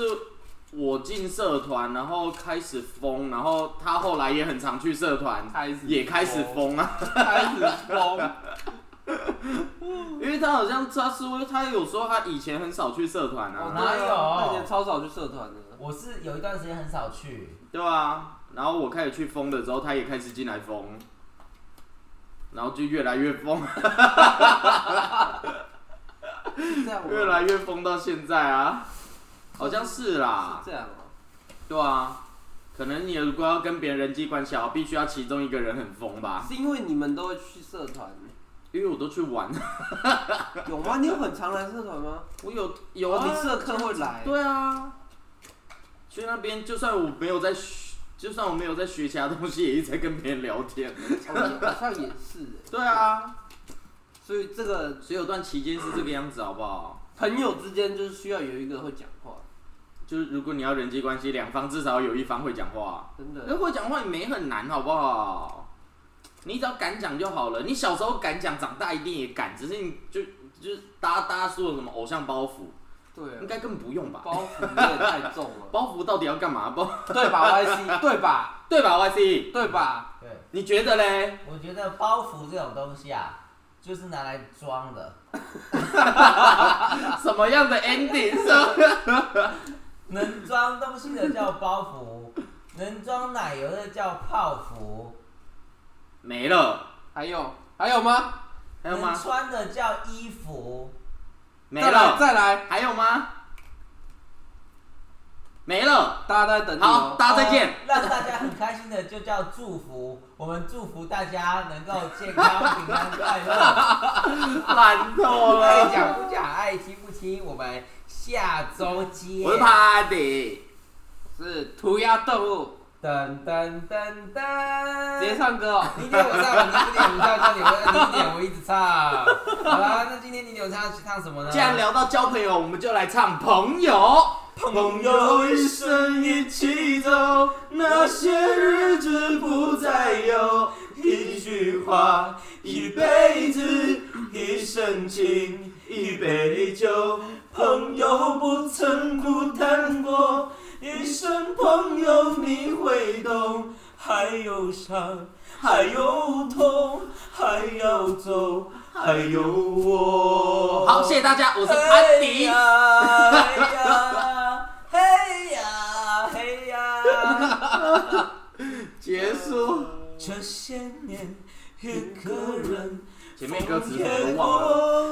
S4: 我进社团，然后开始疯，然后他后来也很常去社团，
S5: 开始
S4: 也开始疯啊。
S5: 开始 疯，
S4: 因为他好像他说他有说他以前很少去社团
S5: 哦
S4: 啊，
S3: 哪有
S5: 我以前超少去社团的，
S3: 我是有一段时间很少去，
S4: 对啊，然后我开始去疯的时候，他也开始进来疯，然后就越来越疯，
S5: 是这样吗？
S4: 越来越疯到现在啊，好像是啦
S5: 是，这样哦、
S4: 对啊，可能你如果要跟别人人际关系好，必须要其中一个人很疯吧，
S5: 是因为你们都会去社团，
S4: 因为我都去玩，
S5: 有吗？你有很常来社团吗？
S4: 我有有啊
S5: 哦，你社课会来，
S4: 对啊，去那边就算我没有在学，就算我没有在学其他东西，也一直在跟别人聊天，
S5: 哦好像也是哎、
S4: 对啊，
S5: 所以这个
S4: 所以有段期间是这个样子，好不好？
S5: 朋友之间就是需要有一个会讲话，
S4: 就是如果你要人际关系，两方至少有一方会讲话。
S5: 真的。
S4: 如果讲话也没很难，好不好？你只要敢讲就好了。你小时候敢讲，长大一定也敢，只是你就就是大家大家说的什么偶像包袱，
S5: 对
S4: 应
S5: 啊，
S4: 该更不用吧？
S5: 包袱有点太重了，
S4: 包袱到底要干嘛？包
S5: 对吧？YC，对吧？
S4: 对吧？YC，
S5: 对吧？
S3: 对，
S4: 你觉得嘞？
S3: 我觉得包袱这种东西啊，就是拿来装的。
S4: 什么样的 ending 是吧？
S3: 能装东西的叫包 袱，能装奶油的叫泡芙，
S4: 没了，
S5: 还有还有吗？
S4: 还有
S3: 能
S4: 吗？
S3: 穿的叫衣服，
S4: 没
S5: 再来
S4: 了，
S5: 再来，
S4: 还有吗？没了。
S5: 大家都在等你
S4: 好，
S5: 哦。
S4: 大家再见。
S3: 呃让大家很开心的就叫祝福。我们祝福大家能够健康、平安、快 乐。
S5: 哦
S4: 烂透
S5: 哎
S3: 爱
S4: 了。
S3: 讲不讲，爱听不听，我们下周见。
S4: 我是 Party。
S5: 是涂鸦动物，
S3: 噔噔噔噔，
S5: 直接唱歌哦。
S3: 明天我唱，你一点我唱，叫你我一点我一直唱。好啦，那今天你点我唱唱什么呢？
S4: 既然聊到交朋友，我们就来唱《朋友》。朋友一生一起走，那些日子不再有。一句话，一辈子，一生情，一杯酒。朋友不曾孤单过，一生朋友你会懂。还有伤，还有痛，还要走，还有我。好，谢谢大家，我是安
S3: 哎
S4: 迪。
S3: 呀，嘿呀，嘿呀！
S4: 结束。
S3: 这些年一个人
S4: 前面歌词我都忘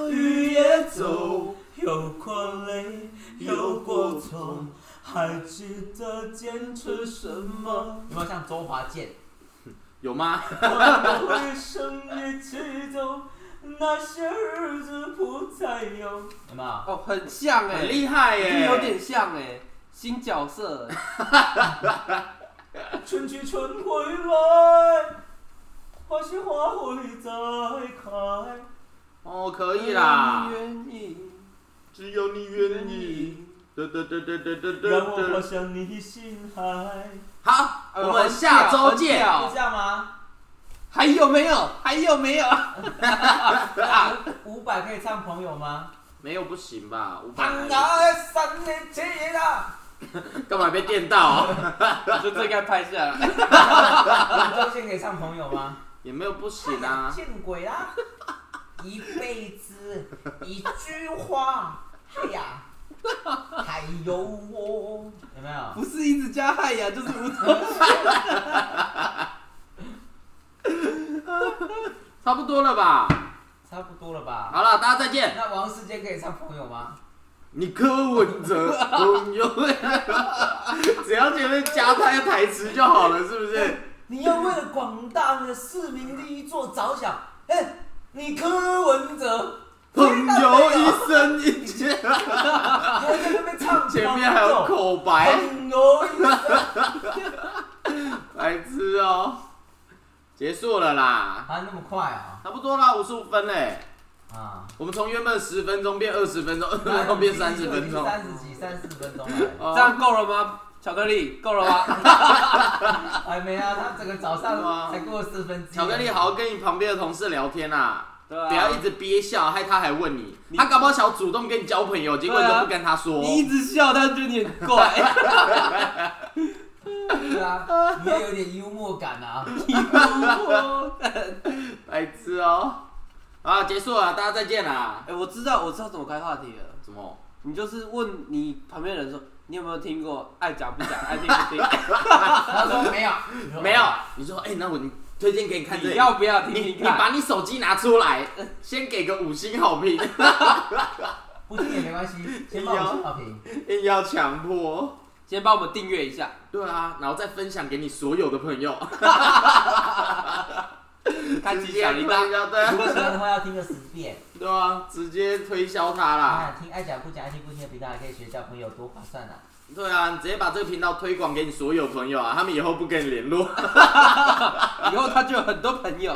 S4: 了。
S3: 雨也走，有过泪，有过痛，还记得坚持什么？有没有像周华健？
S4: 有吗？
S3: 我们一生一起走，那些日子不再有。有没有？
S5: 哦，很像哎、
S4: 很厉害耶，
S5: 有点像哎、新角色、欸。
S3: 春去春回来，花谢花会再开。
S4: 哦，可以啦
S5: 你。愿意，
S4: 只要你愿意。得得得得得得
S6: 让我滑
S4: 得。
S6: 向你心海。
S4: 好，我们下周见。
S5: 哎很
S3: 就
S5: 屌
S3: 这样吗？
S5: 还有没有？还有没有？
S3: 五百可以唱朋友吗？
S4: 没有不行吧？五百
S3: 朋友的三年啊起啦，
S4: 干嘛被电到啊？
S5: 我觉得这应该拍下来。
S3: 啊周杰可以唱朋友吗？
S4: 也没有不行啊。
S3: 见鬼啦！一辈子一句话，哎呀，
S7: 还有我，
S3: 有没有？
S5: 不是一直加害呀，就是无头。
S8: 差不多了吧？
S3: 差不多了吧？
S8: 好了，大家再见。
S3: 那王世坚可以唱朋友吗？
S4: 你柯文哲朋友，只要前面加他一台词就好了，是不 是？
S3: 你要为了广大的市民利益做着想，哎、你柯文哲
S4: 朋友一生一切，
S3: 还在那边唱
S4: 前面还有口 白，
S3: 朋友一生
S4: 白痴哦、结束了啦，
S3: 啊那么快啊
S4: 差不多啦，五十五分嘞。
S3: 啊！
S4: 我们从原本十分钟变二十分钟，然后 变三十分钟。哦
S3: 三十几、三十分钟了，
S5: 这样够了吗？巧克力够了 吗？
S3: 还没啊！他整个早
S4: 是吗
S3: 上才过四分之一。
S4: 啊巧克力，好好跟你旁边的同事聊天啊，
S5: 对啊
S4: 不要一直憋笑，害他还问你，他搞不好想主动跟你交朋友，结果你
S5: 对
S4: 都
S5: 啊
S4: 不跟他说。
S5: 你一直笑，他觉得你很怪。
S3: 对啊，你也有点幽默感 啊！
S5: 哎
S4: 白痴哦、啊，结束了，大家再见啦。
S5: 哎，我知道，我知道怎么开话题了。
S4: 什么？
S5: 你就是问你旁边的人说，你有没有听过？爱讲不讲，爱听不 听，
S3: 他说没有，你说
S4: 没有。你说，哎、那我推荐给你看这
S5: 你
S4: 里。
S5: 要不要听
S4: 你
S5: 听
S4: 你
S5: 看？
S4: 把你手机拿出来，先给个五星好评，
S3: 不听也没关系，先帮我好评。
S4: 硬要强迫。
S5: 先帮我们订阅一下，
S4: 对啊，然后再分享给你所有的朋友，
S5: 开
S4: 直
S5: 启
S4: 接
S5: 小铃
S4: 推
S5: 铛。
S4: 销
S3: 如
S4: 对
S3: 果喜欢的话，要听个十遍。
S4: 对啊，直接推销他啦。
S3: 啊，听爱讲不讲，爱听不听的频道，还可以学交朋友，多划算啊！
S4: 对啊，你直接把这个频道推广给你所有朋友啊，他们以后不跟你联络。
S5: 以后他就有很多朋友。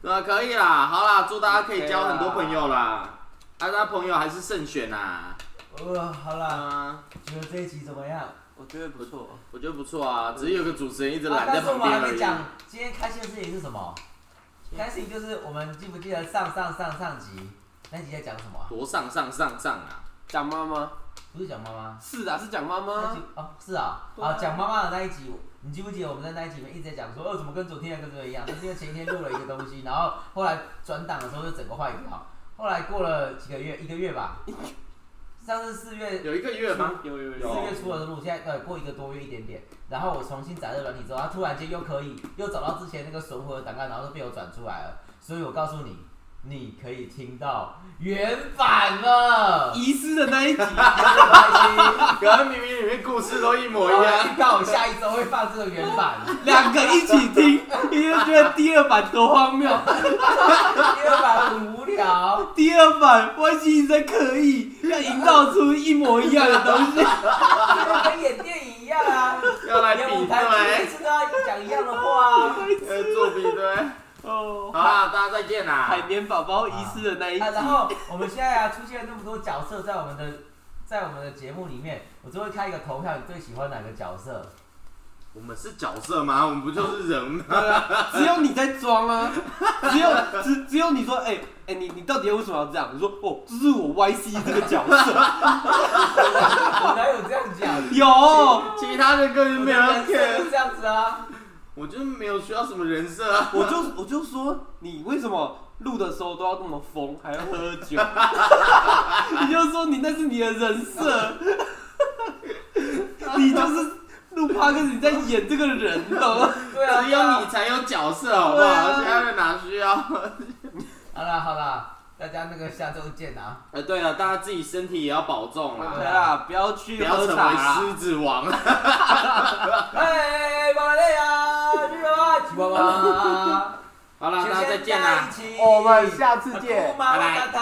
S4: 对啊，可以啦，好啦，祝大家可以
S5: OK
S4: 交很多
S5: 啦
S4: 朋友啦。啊，那朋友还是慎选啊呐。呃
S3: 哦，好啦，
S4: 啊，
S3: 觉得这一集怎么样？
S5: 我觉得不错，
S4: 我觉得不错啊，只是有个主持人一直
S3: 啊
S4: 懒在
S3: 但是我
S4: 旁
S3: 们还
S4: 边而
S3: 没
S4: 已。
S3: 讲今天开心的事情是什么？开心就是我们记不记得上上上上集那集在讲什么啊、
S4: 多上上上上啊！
S5: 讲妈妈
S3: 不是讲妈妈？
S5: 是啊，是讲妈
S3: 那
S5: 妈
S3: 集。哦，是啊，啊，讲妈妈的那一集，你记不记得我们在那一集里面一直在讲说，哦，怎么跟昨天的跟昨天一样？就是因为前一天录了一个东西，然后后来转档的时候就整个坏掉。后来过了几个月，一个月吧，上次四月
S4: 有一个月吗？
S5: 有有
S4: 有
S3: 四月初的时候，现在呃过一个多月一点点，然后我重新载入软体之后，它突然间又可以又找到之前那个损毁的档案，然后就被我转出来了。所以我告诉你，你可以听到原版了，
S5: 遗失的那一集，
S3: 很开心。
S4: 刚刚明明里面故事都一模一
S3: 我
S4: 样。
S3: 预告下一周会放这个原版，
S5: 两个一起听，你就觉得第二版多荒谬。
S3: 第二版很无聊。
S5: 第二版关系在刻意要营造出一模一样的东西。
S3: 跟演电影一样啊，
S4: 要来
S3: 演
S4: 比
S3: 舞台剧每
S4: 对，
S3: 次都要讲一样的话啊。
S4: 要做比对。
S5: 哦，
S4: 好啦，大家再见啦
S5: 海！绵宝宝遗失的那一集
S3: 啊，，然后我们现在啊出现了那么多角色在我们的在我们的节目里面，我就会开一个投票，你最喜欢哪个角色？
S4: 我们是角色吗？我们不就是人吗？
S5: 对啊只有你在装啊，只有只只有你说，哎、哎、你你到底为什么要这样？你说哦，这是我 YC 这个角色，
S3: 我哪有这样讲？
S5: 有，
S4: 其他的根本没有人
S3: 人设就
S4: care，
S3: 这样子啊，
S4: 我就是没有需要什么人设啊。
S5: 我就我就说你为什么录的时候都要那么疯，还要喝 酒？你就说你那是你的人 设，你就是录趴跟你在演这个人，你懂吗？
S3: 对啊，
S4: 只有你才有角色，好不好？其他人哪需要？
S3: 好啦好啦，大家那个下周见啊，
S4: 呃，对了，大家自己身体也要保重
S5: 对
S4: 啦，
S5: 啊，不要
S4: 不
S5: 去
S4: 要
S5: 喝
S4: 成
S5: 茶啦
S4: 为狮子王。
S3: 哎，马来亚，日啊，吉娃娃，
S4: 好啦，大家再见啦！啊
S5: 哎
S3: 谢谢大家
S4: 哦
S3: 一起
S8: 我们下次见
S3: 哭。嘛
S4: 拜
S3: 哒
S4: 拜
S3: 哒。